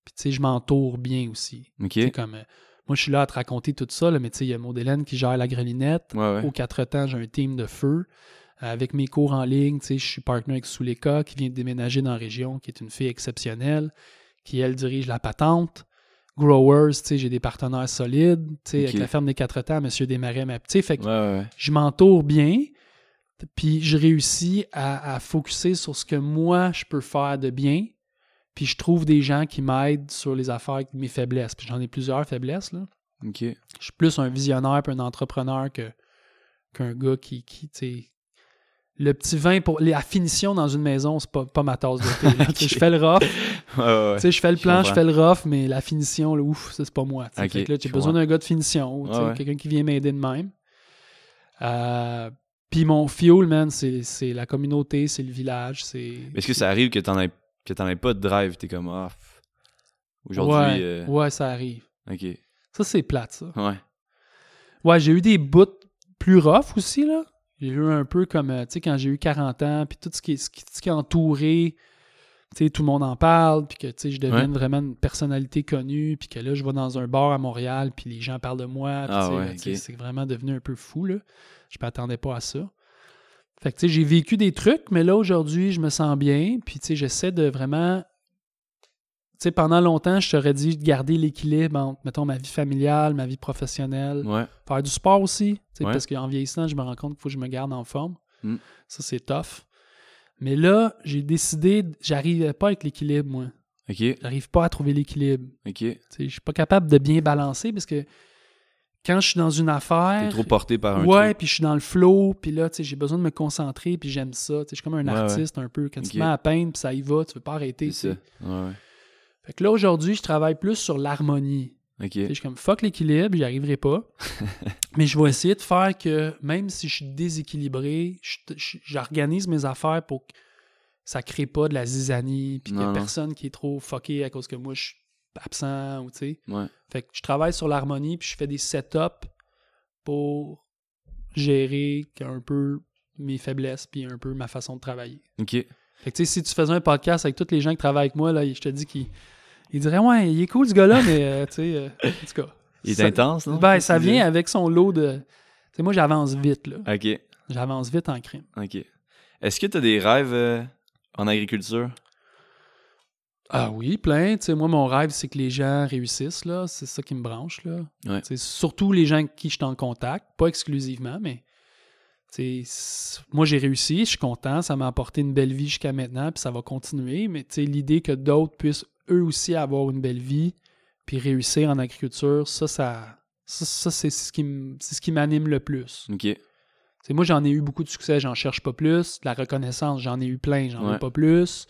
S2: Puis, tu sais, je m'entoure bien aussi.
S1: OK.
S2: Tu sais, comme, euh, moi, je suis là à te raconter tout ça, là, mais tu sais, il y a Maud Hélène qui gère la grelinette.
S1: Ouais, ouais.
S2: Aux quatre temps, j'ai un team de feu. Euh, Avec mes cours en ligne, tu sais, je suis partner avec Souleka qui vient de déménager dans la région, qui est une fille exceptionnelle, qui elle dirige la patente. Growers, tu sais, j'ai des partenaires solides. tu sais, Avec
S1: Ok.
S2: la ferme des quatre temps, Monsieur Desmarais, ma petite. Fait que
S1: Ouais, ouais, ouais.
S2: je m'entoure bien, puis je réussis à, à focuser sur ce que moi je peux faire de bien, puis je trouve des gens qui m'aident sur les affaires, mes faiblesses. Puis j'en ai plusieurs faiblesses, là
S1: OK.
S2: je suis plus un visionnaire puis un entrepreneur que qu'un gars qui, qui tu sais, le petit vin pour la finition dans une maison, c'est pas, pas ma tasse de thé.
S1: *laughs*
S2: là. Tu sais, Je fais le rough,
S1: Ouais, ouais, ouais.
S2: tu sais, je fais le
S1: Je
S2: plan, je,
S1: comprends.
S2: fais le rough, mais la finition, là, ouf, ça, c'est pas moi. tu sais.
S1: Ok,
S2: Fait que là, j'ai
S1: je
S2: besoin
S1: comprends.
S2: d'un gars de finition, ou, tu sais,
S1: Ouais, ouais.
S2: quelqu'un qui vient m'aider de même. Euh, Puis mon fuel, man, c'est c'est la communauté, c'est le village, c'est.
S1: Mais Est-ce que ça arrive que t'en aies, que t'en aies pas de drive? T'es comme, ah, pff, aujourd'hui.
S2: ouais,
S1: euh,
S2: ouais, ça arrive.
S1: OK.
S2: Ça, c'est plate, ça.
S1: Ouais.
S2: Ouais, j'ai eu des bouts plus rough aussi, là. J'ai eu un peu comme, euh, tu sais, quand j'ai eu 40 ans, puis tout ce qui est, ce qui, ce qui est entouré, tu sais, tout le monde en parle, puis que, tu sais, je devienne vraiment une personnalité connue, puis que là, je vais dans un bar à Montréal, puis les gens parlent de moi, puis
S1: Ah
S2: tu sais,
S1: ouais,
S2: là, tu sais,
S1: ok.
S2: c'est vraiment devenu un peu fou, là. Je m'attendais pas à ça. Fait que, tu sais, j'ai vécu des trucs, mais là, aujourd'hui, je me sens bien, puis, tu sais, j'essaie de vraiment... Tu sais, pendant longtemps, je t'aurais dit de garder l'équilibre entre, mettons, ma vie familiale, ma vie professionnelle,
S1: Ouais.
S2: Faire du sport aussi, tu sais,
S1: Ouais.
S2: parce qu'en vieillissant, je me rends compte qu'il faut que je me garde en forme.
S1: Mm.
S2: Ça, c'est tough. Mais là, j'ai décidé, d- j'arrivais pas avec l'équilibre, moi.
S1: OK.
S2: J'arrive pas à trouver l'équilibre.
S1: OK. T'es
S2: Tu sais, Je suis pas capable de bien balancer parce que quand je suis dans une affaire,
S1: trop porté par un
S2: ouais,
S1: truc.
S2: puis je suis dans le flow, puis là, tu sais, j'ai besoin de me concentrer, puis j'aime ça. Tu sais, Je suis comme un
S1: Ouais, ouais.
S2: artiste un peu. Quand tu
S1: Ok.
S2: te mets à peindre, puis ça y va, tu veux pas arrêter.
S1: C'est
S2: tu sais.
S1: ça. Ouais,
S2: Fait que là, aujourd'hui, je travaille plus sur l'harmonie.
S1: ouais. OK.
S2: Tu sais, Je suis comme fuck l'équilibre, j'y
S1: *laughs*
S2: arriverai pas. Mais je vais essayer de faire que même si je suis déséquilibré, je- je- j'organise mes affaires pour que ça crée pas de la zizanie, puis qu'il y
S1: Non,
S2: a
S1: non.
S2: personne qui est trop fucké à cause que moi je suis absent ou tu sais.
S1: Ouais.
S2: Fait que je travaille sur l'harmonie, puis je fais des setups pour gérer un peu mes faiblesses, puis un peu ma façon de travailler.
S1: OK.
S2: Fait que, tu sais, si tu faisais un podcast avec tous les gens qui travaillent avec moi, là, je te dis qu'ils ils diraient Ouais, il est cool ce gars-là, mais euh, tu sais, euh, en tout cas.
S1: Il est
S2: ça-
S1: intense, non?
S2: Ben, ça vient avec son lot de. Tu sais, moi, j'avance vite, là.
S1: OK.
S2: J'avance vite en crime.
S1: OK. Est-ce que t'as des rêves euh, en agriculture?
S2: Ah oui, plein. Tu sais, moi, mon rêve, c'est que les gens réussissent. là. C'est ça qui me branche. Là.
S1: Ouais.
S2: Tu sais, Surtout les gens avec qui je suis en contact. Pas exclusivement, mais tu sais, c'est- moi, j'ai réussi. Je suis content. Ça m'a apporté une belle vie jusqu'à maintenant. Puis ça va continuer. Mais tu sais, l'idée que d'autres puissent eux aussi avoir une belle vie puis réussir en agriculture, ça, ça, ça, ça, c'est ce qui me- c'est ce qui m'anime le plus.
S1: OK.
S2: Tu sais, moi, j'en ai eu beaucoup de succès, j'en cherche pas plus. De La reconnaissance, j'en ai eu plein, j'en
S1: Ouais.
S2: ai pas plus.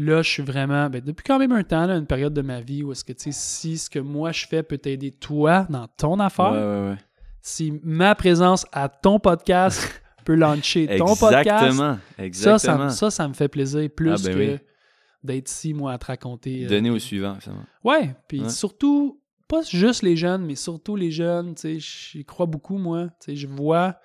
S2: Là, je suis vraiment, ben, depuis quand même un temps, là, une période de ma vie où est-ce que, tu sais, si ce que moi je fais peut t'aider toi dans ton affaire,
S1: Ouais, ouais, ouais.
S2: si ma présence à ton podcast
S1: *laughs*
S2: peut lancer ton podcast,
S1: Exactement.
S2: ça ça, me-
S1: Exactement.
S2: ça, ça me fait plaisir plus
S1: Ah, ben
S2: que
S1: oui.
S2: d'être ici, moi, à te raconter. euh,
S1: Donner au suivant, finalement.
S2: Ouais, puis
S1: Ouais.
S2: surtout, pas juste les jeunes, mais surtout les jeunes, tu sais, j'y crois beaucoup, moi. Tu sais, je vois,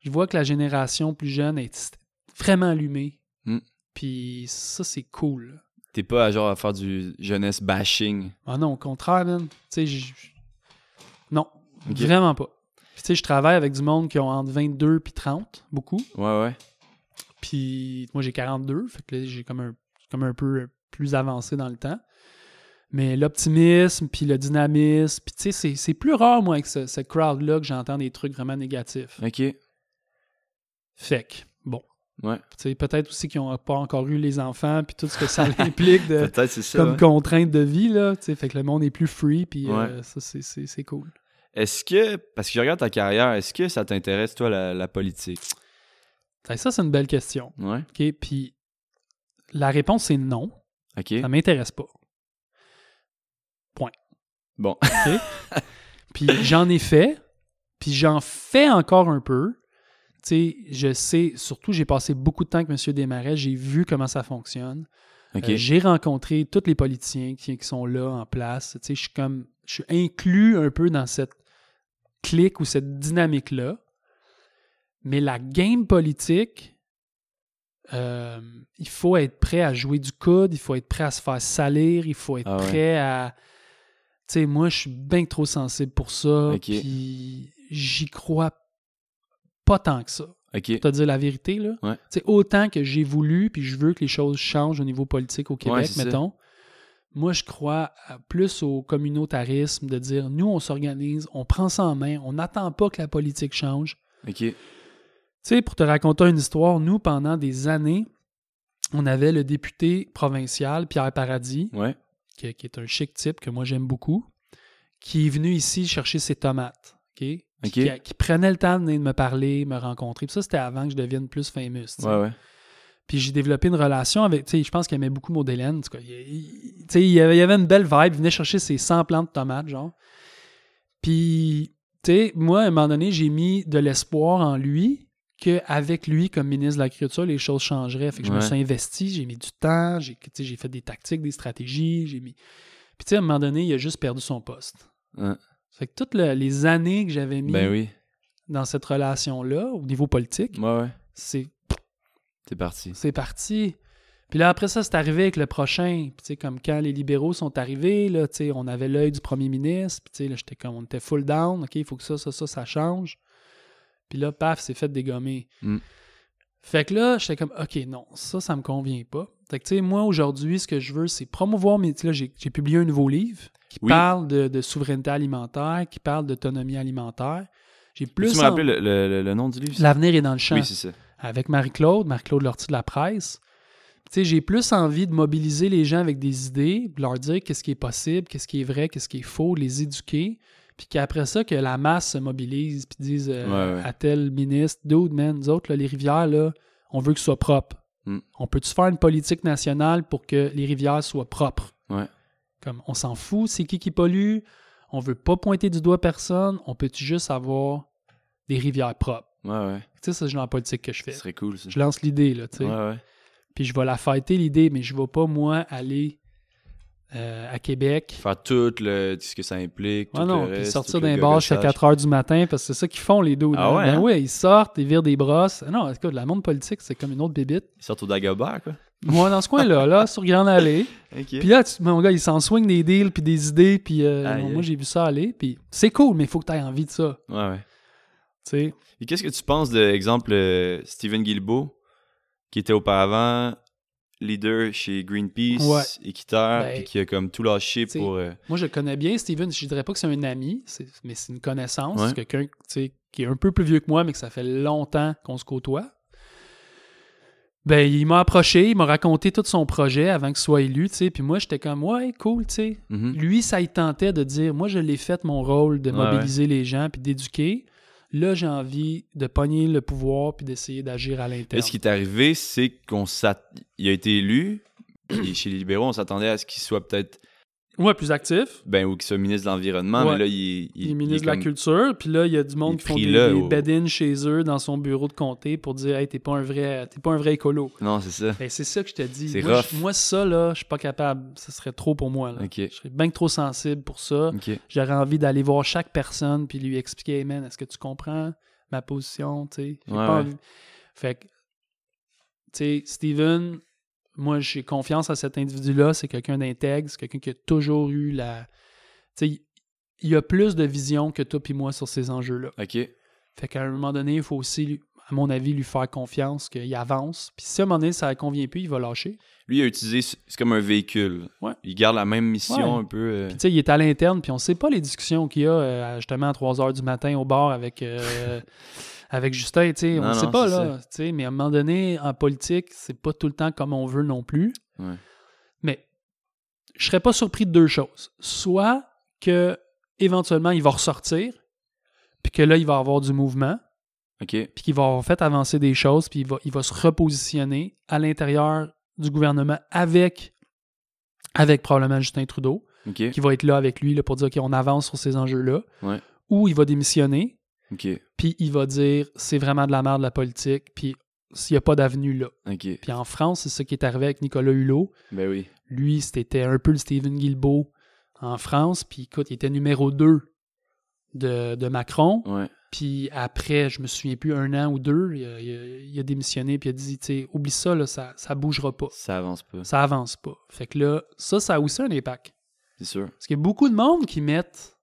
S2: je vois que la génération plus jeune est vraiment allumée.
S1: Mm.
S2: Puis ça, c'est cool.
S1: T'es pas à genre à faire du jeunesse bashing.
S2: Ah non, au contraire, man. Tu sais, j- j- non,
S1: Ok.
S2: vraiment pas. Puis tu sais, je travaille avec du monde qui ont entre 22 puis 30, beaucoup.
S1: Ouais, ouais.
S2: Puis moi, j'ai 42, fait que là, j'ai comme un, comme un peu plus avancé dans le temps. Mais l'optimisme, puis le dynamisme, puis tu sais, c'est- c'est plus rare, moi, avec ce, ce crowd-là, que j'entends des trucs vraiment négatifs.
S1: OK.
S2: Fait que, bon.
S1: Ouais.
S2: Tu sais, peut-être aussi qu'ils n'ont pas encore eu les enfants, puis tout ce que ça *laughs* implique de,
S1: Peut-être c'est ça.
S2: comme
S1: ouais.
S2: contrainte de vie, là. Tu sais, fait que le monde est plus free, puis euh, ça, c'est- c'est c'est cool.
S1: Est-ce que, parce que je regarde ta carrière, est-ce que ça t'intéresse, toi, la, la politique?
S2: Fait que Ça, c'est une belle question.
S1: Ouais.
S2: OK? Puis la réponse, c'est non.
S1: OK.
S2: Ça m'intéresse pas.
S1: Bon. *laughs*
S2: Puis j'en ai fait, puis j'en fais encore un peu. Tu sais, je sais, surtout, j'ai passé beaucoup de temps avec M. Desmarais, j'ai vu comment ça fonctionne.
S1: OK.
S2: Euh, j'ai rencontré tous les politiciens qui, qui sont là en place. Tu sais, je suis comme, je suis inclus un peu dans cette clique ou cette dynamique-là. Mais la game politique, euh, il faut être prêt à jouer du coude, il faut être prêt à se faire salir, il faut être
S1: Ah ouais.
S2: prêt à. Tu sais, moi, je suis bien trop sensible pour ça.
S1: Ok.
S2: Puis j'y crois pas tant que ça
S1: OK.
S2: pour te dire la vérité, là.
S1: Ouais.
S2: Tu sais, autant que j'ai voulu, puis je veux que les choses changent au niveau politique au
S1: Ouais,
S2: Québec,
S1: c'est ça.
S2: mettons. Moi, je crois à- plus au communautarisme de dire nous, on s'organise, on prend ça en main, on n'attend pas que la politique change.
S1: OK.
S2: Tu sais, pour te raconter une histoire, nous, pendant des années, on avait le député provincial, Pierre Paradis,
S1: Ouais.
S2: qui, qui est un chic type que moi j'aime beaucoup, qui est venu ici chercher ses tomates. OK? Puis
S1: OK.
S2: Qui, qui prenait le temps de venir me parler, me rencontrer. Puis ça, c'était avant que je devienne plus famous. tu sais.
S1: Ouais, ouais.
S2: Puis j'ai développé une relation avec. Tu sais, je pense qu'il aimait beaucoup Maudelaine. En tout cas, il, il- tu sais, il y avait, il y avait une belle vibe. Il venait chercher ses 100 plantes de tomates, genre. Puis, tu sais, moi, à un moment donné, j'ai mis de l'espoir en lui qu'avec lui, comme ministre de l'Agriculture, les choses changeraient. Fait que je me
S1: Ouais.
S2: suis investi, j'ai mis du temps, j'ai tu sais, j'ai fait des tactiques, des stratégies, j'ai mis. Puis, tu sais, à un moment donné, il a juste perdu son poste.
S1: Ouais.
S2: Fait que toutes le- les années que j'avais mis
S1: Ben oui.
S2: dans cette relation-là, au niveau politique,
S1: Ouais, ouais.
S2: c'est
S1: T'es parti.
S2: c'est parti. Puis là, après ça, c'est arrivé avec le prochain. Puis, tu sais, comme quand les libéraux sont arrivés, là, tu sais, on avait l'œil du premier ministre. Puis, tu sais, là, j'étais comme, on était full down. OK, il faut que ça, ça, ça, ça change. Puis là, paf, c'est fait dégommer.
S1: Mm.
S2: Fait que là, j'étais comme, OK, non, ça, ça me convient pas. Fait que, tu sais, moi, aujourd'hui, ce que je veux, c'est promouvoir mes. tu sais, Là, j'ai j'ai publié un nouveau livre qui
S1: Oui.
S2: parle de, de souveraineté alimentaire, qui parle d'autonomie alimentaire. J'ai plus.
S1: tu me
S2: en-
S1: rappelles le, le- le- le nom du livre? ça?
S2: L'avenir est dans le champ
S1: Oui, c'est ça.
S2: avec Marie-Claude, Marie-Claude Lortie de la presse. Tu sais, j'ai plus envie de mobiliser les gens avec des idées, de leur dire qu'est-ce qui est possible, qu'est-ce qui est vrai, qu'est-ce qui est faux, de les éduquer, puis qu'après ça, que la masse se mobilise, puis dise euh,
S1: Ouais, ouais.
S2: à tel ministre, dude, man, nous autres, là, les rivières, là, on veut que ce soit propre.
S1: Mm.
S2: On peut-tu faire une politique nationale pour que les rivières soient propres?
S1: Ouais.
S2: Comme, on s'en fout, c'est qui qui pollue, on veut pas pointer du doigt personne, on peut-tu juste avoir des rivières propres?
S1: Ouais, ouais.
S2: Tu sais, c'est le genre de politique que je
S1: Ce
S2: fais
S1: serait cool, ça.
S2: je lance l'idée, là, tu sais.
S1: Ouais, ouais.
S2: Puis je vais la fêter, l'idée, mais je vais pas, moi, aller euh, à Québec.
S1: Faire tout le, tout ce que ça implique. tout
S2: Ouais, Ah non,
S1: le
S2: puis
S1: reste,
S2: sortir
S1: tout le
S2: d'un bar jusqu'à
S1: gogochage.
S2: 4 heures du matin, parce que c'est ça qu'ils font, les dos.
S1: Ah ouais,
S2: ben
S1: hein?
S2: ouais, ils sortent, ils virent des brosses. Ah Non, écoute, la monde politique, c'est comme une autre bébite.
S1: Sortir au Dagobert, quoi.
S2: Moi, dans ce
S1: *laughs*
S2: coin-là, là, sur Grande Allée.
S1: OK.
S2: Puis là, tu- mon gars, ils s'en swingent des deals, puis des idées, puis euh,
S1: Aïe,
S2: non,
S1: aïe.
S2: moi, j'ai vu ça aller, puis c'est cool, mais il faut que tu aies envie de ça,
S1: Ouais, ouais.
S2: tu sais.
S1: Et qu'est-ce que tu penses de, exemple, euh, Steven Guilbeault, qui était auparavant leader chez Greenpeace,
S2: Ouais.
S1: équiteur,
S2: Ben,
S1: puis qui a comme tout lâché
S2: t'sais,
S1: pour. euh,
S2: Moi, je le connais bien Steven. Je dirais pas que c'est un ami, c'est- mais c'est une connaissance.
S1: Ouais.
S2: C'est quelqu'un tu sais, qui est un peu plus vieux que moi, mais que ça fait longtemps qu'on se côtoie. Ben, il m'a approché, il m'a raconté tout son projet avant qu'il soit élu, tu sais. Puis moi, j'étais comme, ouais, cool, tu sais.
S1: mhm.
S2: Lui, ça y tentait de dire, moi, je l'ai fait mon rôle de
S1: Ouais,
S2: mobiliser les gens puis d'éduquer. Là, j'ai envie de pogner le pouvoir puis d'essayer d'agir à
S1: Là,
S2: l'intérieur.
S1: ce qui est arrivé, c'est qu'on s'att- il a été élu. Et chez les libéraux, on s'attendait à ce qu'il soit peut-être.
S2: Ouais, plus actif.
S1: Ben, ou qu'il soit ministre de l'Environnement,
S2: Ouais.
S1: mais là, il, il-
S2: Il,
S1: il
S2: est ministre de la
S1: comme-
S2: Culture, puis là, il y a du
S1: il
S2: monde
S1: est
S2: qui font
S1: pris
S2: des,
S1: là,
S2: des
S1: au-
S2: bed-in chez eux dans son bureau de comté pour dire Hey, t'es pas un vrai t'es pas un vrai écolo.
S1: Non, c'est ça.
S2: Ben, c'est ça que je te dis.
S1: C'est
S2: Moi,
S1: rough.
S2: je- moi, ça, là, je suis pas capable. Ce serait trop pour moi. Là.
S1: Ok.
S2: Je serais bien que trop sensible pour ça.
S1: Ok.
S2: J'aurais envie d'aller voir chaque personne puis lui expliquer Hey, man, est-ce que tu comprends ma position Tu sais, j'ai
S1: Ouais,
S2: pas
S1: ouais.
S2: envie. Fait que, tu sais, Steven, moi, j'ai confiance à cet individu-là. C'est quelqu'un d'intègre, c'est quelqu'un qui a toujours eu la. Tu sais, il- il a plus de vision que toi puis moi sur ces enjeux-là.
S1: Ok.
S2: Fait qu'à un moment donné, il faut aussi, lui- à mon avis, lui faire confiance qu'il avance. Puis si à un moment donné, ça ne convient plus, il va lâcher.
S1: Lui, il a utilisé. C'est comme un véhicule.
S2: Ouais.
S1: Il garde la même mission
S2: Ouais.
S1: un peu. euh,
S2: Puis tu sais, il est à l'interne, puis on sait pas les discussions qu'il y a euh, justement à 3 heures du matin au bar avec,
S1: *laughs*
S2: euh, avec Justin. Tu sais, on
S1: Non,
S2: ne sait
S1: non,
S2: pas,
S1: c'est
S2: là. Tu sais, mais à un moment donné, en politique, c'est pas tout le temps comme on veut non plus.
S1: Ouais.
S2: Mais je serais pas surpris de deux choses. Soit que éventuellement, il va ressortir, puis que là, il va avoir du mouvement.
S1: Ok.
S2: puis qu'il va en fait avancer des choses, puis il va, il va se repositionner à l'intérieur du gouvernement avec, avec probablement Justin Trudeau,
S1: Ok.
S2: qui va être là avec lui là, pour dire, OK, on avance sur ces enjeux-là,
S1: Ouais.
S2: ou il va démissionner,
S1: Ok.
S2: puis il va dire, c'est vraiment de la merde la politique, puis s'il n'y a pas d'avenue là.
S1: Ok.
S2: Puis en France, c'est ce qui est arrivé avec Nicolas Hulot.
S1: Ben oui.
S2: Lui, c'était un peu le Stephen Guilbeault en France, puis écoute, il était numéro 2 de, de Macron.
S1: Ouais.
S2: Puis après, je me souviens plus, un an ou deux, il a, il a- il a démissionné, puis il a dit, tu sais, oublie ça, là, ça ne bougera pas.
S1: Ça avance pas.
S2: Ça avance pas. Fait que là, ça, ça a aussi un impact.
S1: C'est sûr.
S2: Parce qu'il y a beaucoup de monde qui mettent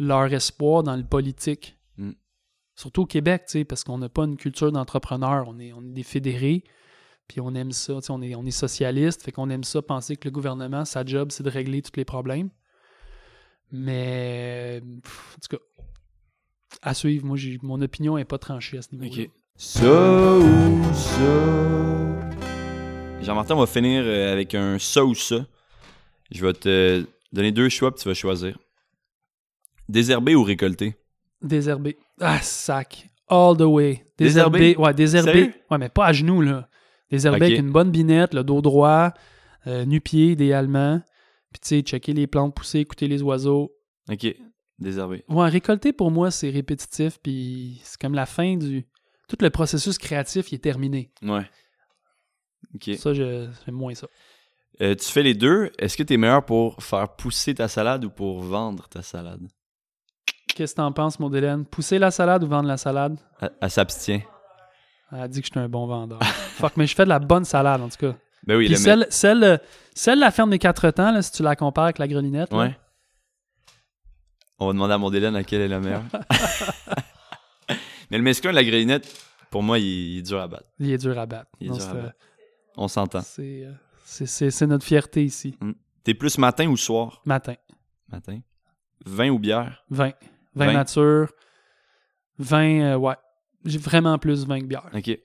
S2: leur espoir dans le politique.
S1: Mm.
S2: Surtout au Québec, tu sais, parce qu'on n'a pas une culture d'entrepreneur. On est, on est des fédérés, puis on aime ça. tu sais, On est, on est socialiste, fait qu'on aime ça, penser que le gouvernement, sa job, c'est de régler tous les problèmes. Mais, euh, pff, en tout cas, à suivre, moi, j'ai- mon opinion n'est pas tranchée à ce niveau-là.
S1: Ok. Ça ou ça. Jean-Martin, on va finir euh, avec un ça ou ça. Je vais te donner deux choix, puis tu vas choisir. Désherber ou récolter?
S2: Désherbé. Ah, sac. All the way.
S1: Désherbé?
S2: Désherbé. Ouais, désherbé.
S1: Sérieux?
S2: Ouais, mais pas à genoux, là. Désherbé
S1: Ok.
S2: avec une bonne binette, le dos droit, euh, nu-pied, idéalement. Puis, tu sais, checker les plantes pousser, écouter les oiseaux.
S1: Ok, désherber.
S2: Ouais, récolter, pour moi, c'est répétitif, puis c'est comme la fin du... Tout le processus créatif, il est terminé.
S1: Ouais. Ok.
S2: Ça, je- j'aime moins ça.
S1: Euh, tu fais les deux. Est-ce que t'es meilleur pour faire pousser ta salade ou pour vendre ta salade?
S2: Qu'est-ce que t'en penses, Maudelaine? Pousser la salade ou vendre la salade?
S1: Elle, elle s'abstient.
S2: Elle dit que je suis un bon vendeur.
S1: *laughs*
S2: Fuck, mais je fais de la bonne salade, en tout cas.
S1: Ben oui,
S2: Puis
S1: le mec-
S2: celle, celle, euh, celle de la ferme des quatre temps, là, si tu la compares avec la grelinette, là,
S1: Ouais. On va demander à Mondélène laquelle est la
S2: *laughs*
S1: meilleure. Mais le mesclun et la grelinette, pour moi, il, il est dur à battre.
S2: il est dur à battre.
S1: Il est
S2: Non,
S1: dur à
S2: c'est, euh,
S1: battre. On s'entend.
S2: c'est, euh, c'est- c'est- c'est notre fierté ici.
S1: T'es plus matin ou soir?
S2: Matin,
S1: Matin. Vin ou bière?
S2: 20. 20,
S1: Vingt.
S2: mature, 20, euh, ouais. J'ai vraiment plus 20 que bière.
S1: Ok.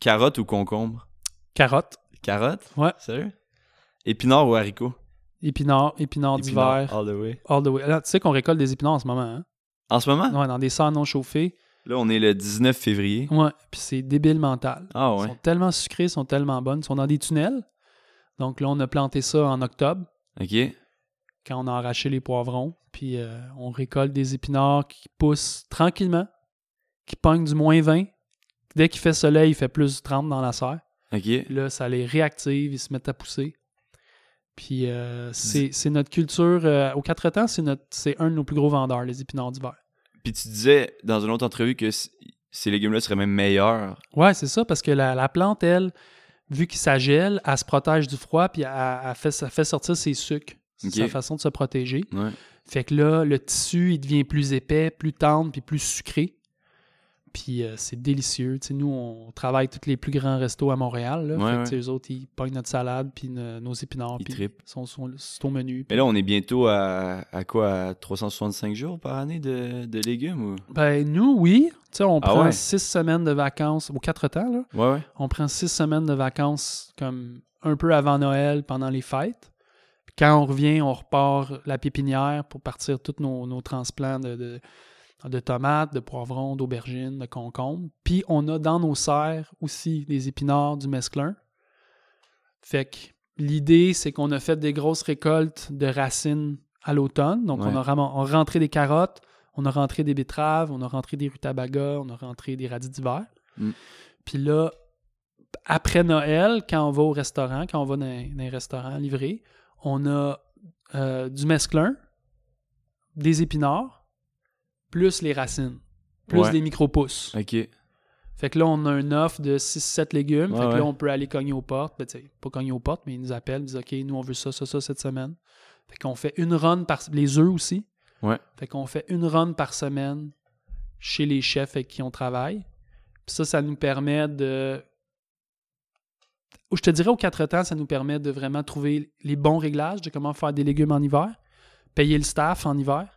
S1: Carotte ou concombre?
S2: Carottes,
S1: Carotte?
S2: Ouais.
S1: Sérieux? Épinard ou haricot?
S2: épinards, épinards d'hiver,
S1: All the way.
S2: all the way. Là, tu sais qu'on récolte des épinards en ce moment, hein?
S1: En ce moment?
S2: Ouais, dans des salles non chauffées.
S1: Là, on est le 19 février.
S2: Ouais, puis c'est débile mental.
S1: Ah
S2: Ils
S1: ouais.
S2: sont tellement sucrés, ils sont tellement bonnes. Ils sont dans des tunnels. Donc là, on a planté ça en octobre.
S1: Ok.
S2: quand on a arraché les poivrons. Puis euh, on récolte des épinards qui poussent tranquillement, qui pognent du moins 20. Dès qu'il fait soleil, il fait plus 30 dans la serre.
S1: Ok.
S2: Puis Là, ça les réactive, ils se mettent à pousser. Puis euh, c'est c'est notre culture. euh, aux quatre temps, c'est notre- c'est un de nos plus gros vendeurs, les épinards d'hiver.
S1: Puis tu disais dans une autre entrevue que c- ces légumes-là seraient même meilleurs.
S2: Ouais, c'est ça, parce que la, la plante, elle, vu qu'il s'agèle, elle se protège du froid, puis elle, elle fait, ça fait sortir ses sucres. C'est
S1: Ok.
S2: sa façon de se protéger.
S1: Ouais.
S2: Fait que là, le tissu, il devient plus épais, plus tendre, puis plus sucré. Puis euh, c'est délicieux. Tu sais, nous, on travaille tous les plus grands restos à Montréal. Là,
S1: Ouais,
S2: Fait que,
S1: ouais.
S2: tu sais, eux autres, ils pognent notre salade, puis ne- nos épinards,
S1: Ils
S2: puis
S1: trippent.
S2: sont, sont, c'est au menu.
S1: Mais là, on est bientôt à, à quoi à 365 jours par année de, de légumes ou...
S2: Ben, nous, oui. Tu sais, on
S1: Ah
S2: prend
S1: ouais?
S2: six semaines de vacances, aux quatre temps, là.
S1: Ouais, ouais.
S2: On prend six semaines de vacances, comme un peu avant Noël, pendant les fêtes. Puis quand on revient, on repart la pépinière pour partir tous nos, nos transplants de, de, de tomates, de poivrons, d'aubergines, de concombres. Puis on a dans nos serres aussi des épinards, du mesclun. Fait que l'idée, c'est qu'on a fait des grosses récoltes de racines à l'automne. Donc, on,
S1: Ouais.
S2: a ram- on a rentré des carottes, on a rentré des betteraves, on a rentré des rutabagas, on a rentré des radis d'hiver.
S1: Mm.
S2: Puis là, après Noël, quand on va au restaurant, quand on va dans, un- dans un restaurant livré, on a euh, du mesclun, des épinards, plus les racines, plus
S1: Ouais.
S2: des micro-pousses.
S1: Ok.
S2: Fait que là, on a un offre de 6-7 légumes.
S1: Ouais,
S2: fait que
S1: ouais.
S2: là, on peut aller cogner aux portes. Ben, tu sais, pas cogner aux portes, mais ils nous appellent, ils disent OK, nous, on veut ça, ça, ça cette semaine. Fait qu'on fait une run par les œufs aussi.
S1: Ouais.
S2: Fait qu'on fait une run par semaine chez les chefs avec qui on travaille. Puis ça, ça nous permet de. Ou Je te dirais, aux quatre temps, ça nous permet de vraiment trouver les bons réglages de comment faire des légumes en hiver, payer le staff en hiver,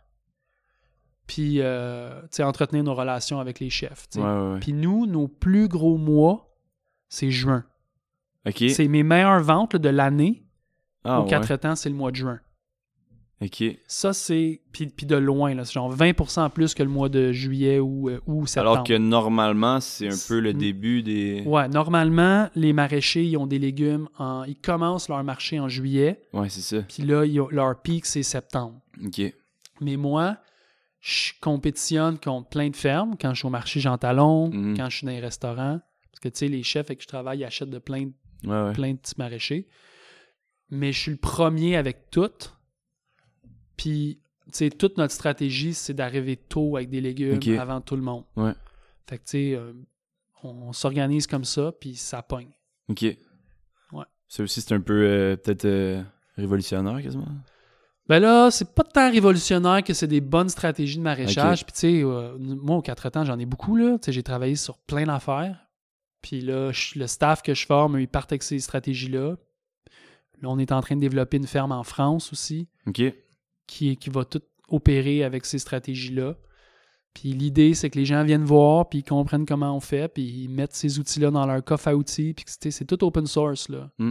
S2: puis euh, tu sais, entretenir nos relations avec les chefs. tu
S1: Ouais,
S2: sais.
S1: ouais, ouais.
S2: Puis nous, nos plus gros mois, c'est juin.
S1: Ok.
S2: C'est mes meilleures ventes là, de l'année.
S1: Ah,
S2: aux
S1: ouais.
S2: quatre temps, c'est le mois de juin.
S1: Ok.
S2: Ça, c'est. Puis, puis de loin, là, c'est genre 20 plus que le mois de juillet ou, euh, ou septembre.
S1: Alors que normalement, c'est un peu le
S2: Mm.
S1: début des.
S2: Ouais, normalement, les maraîchers, ils ont des légumes. En... Ils commencent leur marché en juillet.
S1: Ouais, c'est ça.
S2: Puis là, ils ont- leur pic, c'est septembre.
S1: Ok.
S2: Mais moi, je compétitionne contre plein de fermes. Quand je suis au marché Jean Talon,
S1: Mhm.
S2: quand je suis dans les restaurants. Parce que, tu sais, les chefs avec qui je travaille, ils achètent de plein de
S1: Ouais, ouais.
S2: plein de petits maraîchers. Mais je suis le premier avec toutes. Puis, tu sais, toute notre stratégie, c'est d'arriver tôt avec des légumes
S1: Ok.
S2: avant tout le monde.
S1: Ouais.
S2: Fait que, tu sais, euh, on, on s'organise comme ça, puis ça pogne.
S1: Ok.
S2: Ouais.
S1: Ça aussi, c'est un peu euh, peut-être euh, révolutionnaire quasiment.
S2: Ben là, c'est pas tant révolutionnaire que c'est des bonnes stratégies de maraîchage. Puis, tu sais, euh, moi, aux quatre temps, j'en ai beaucoup, là. Tu sais, j'ai travaillé sur plein d'affaires. Puis là, je- le staff que je forme, eux, ils partent avec ces stratégies-là. Là, on est en train de développer une ferme en France aussi.
S1: Ok.
S2: qui, qui va tout opérer avec ces stratégies-là. Puis l'idée, c'est que les gens viennent voir, puis ils comprennent comment on fait, puis ils mettent ces outils-là dans leur coffre à outils, puis que, tu sais, c'est tout open source. Là.
S1: Mm.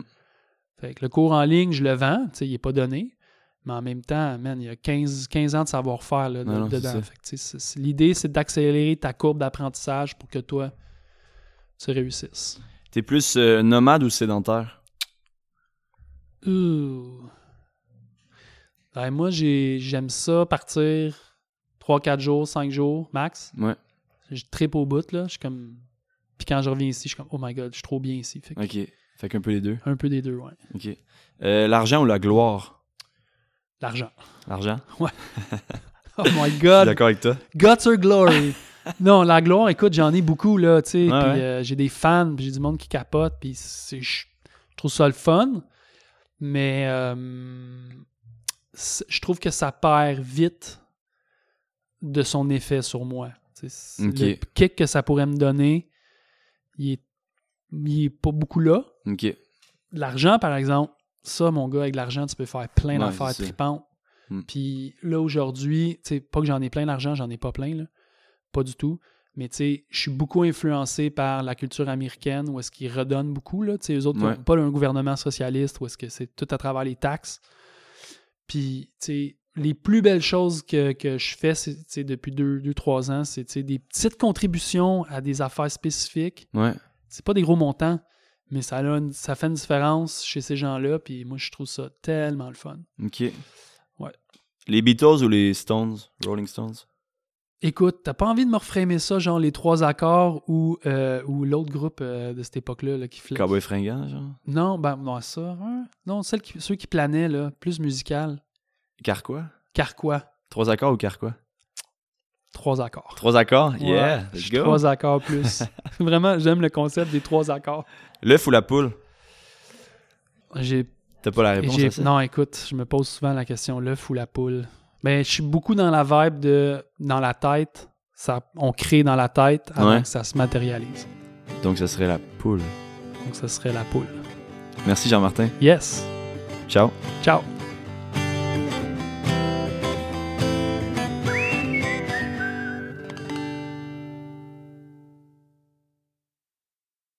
S2: Fait que le cours en ligne, je le vends, tu sais, il n'est pas donné, mais en même temps, man, il y a 15, 15 ans de savoir-faire là,
S1: Non, non, c'est
S2: dedans.
S1: ça.
S2: Fait que, tu sais, c'est- c'est- l'idée, c'est d'accélérer ta courbe d'apprentissage pour que toi, tu réussisses.
S1: T'es plus euh, nomade ou sédentaire?
S2: Ouh. Ouais, moi, j'ai- j'aime ça partir 3-4 jours, 5 jours max.
S1: Ouais.
S2: Je tripe au bout, là. Je suis comme. Puis quand je reviens ici, je suis comme, oh my god, je suis trop bien ici. Fait que
S1: Ok. Fait qu'un peu les deux.
S2: Un peu des deux, ouais.
S1: Ok. Euh, L'argent ou la gloire?
S2: L'argent. *laughs*
S1: L'argent.
S2: Oh my
S1: Je suis
S2: god,
S1: d'accord avec toi.
S2: guts
S1: *laughs*
S2: or glory. non, la gloire, écoute, j'en ai beaucoup, là, tu sais.
S1: Ouais,
S2: puis
S1: ouais.
S2: euh, j'ai des fans, puis j'ai du monde qui capote, puis c'est- je je trouve ça le fun. Mais euh, c'est- je trouve que ça perd vite de son effet sur moi. Tu sais, c'est-
S1: Ok.
S2: Le kick que ça pourrait me donner, il est, il est pas beaucoup là.
S1: Ok.
S2: L'argent, par exemple, ça, mon gars, avec l'argent, tu peux faire plein
S1: Ouais,
S2: d'affaires
S1: c'est ça.
S2: tripantes.
S1: Mm.
S2: Puis là, aujourd'hui, tu sais, pas que j'en ai plein d'argent, j'en ai pas plein, là. Pas du tout. Mais tu sais, je suis beaucoup influencé par la culture américaine où est-ce qu'ils redonnent beaucoup, là. Tu sais, eux autres, ils
S1: Ouais.
S2: ont pas un gouvernement socialiste où est-ce que c'est tout à travers les taxes. Puis, tu sais, les plus belles choses que, que je fais c'est, tu sais, depuis 2-3 ans, c'est tu sais, des petites contributions à des affaires spécifiques
S1: Ouais.
S2: c'est pas des gros montants, mais ça, a une- ça fait une différence chez ces gens-là. Puis moi, je trouve ça tellement le fun.
S1: Ok.
S2: Ouais.
S1: Les Beatles ou les Stones? Rolling Stones?
S2: Écoute, t'as pas envie de me reframer ça, genre les trois accords ou, euh, ou l'autre groupe euh, de cette époque-là là, qui flait.
S1: Cowboy fringant, genre?
S2: Non, ben non, ça. hein? Non, celles qui- ceux qui planaient, là, plus musical.
S1: Carquois?
S2: Carquois,
S1: Trois accords ou carquois?
S2: trois accords.
S1: Trois accords?
S2: Ouais,
S1: Yeah,
S2: je
S1: let's
S2: suis
S1: go.
S2: Trois accords plus. *laughs* Vraiment, j'aime le concept des trois accords.
S1: L'œuf ou la poule?
S2: J'ai
S1: T'as pas la réponse
S2: J'ai-
S1: à ça?
S2: Non, écoute, je me pose Ben, souvent la question l'œuf ou la poule. Mais je suis beaucoup dans la vibe de dans la tête, ça, on crée dans la tête avant
S1: Ouais.
S2: que ça se matérialise.
S1: Donc, ça serait la poule.
S2: Donc, ce serait la poule.
S1: Merci, Jean-Martin.
S2: Yes!
S1: Ciao.
S2: Ciao!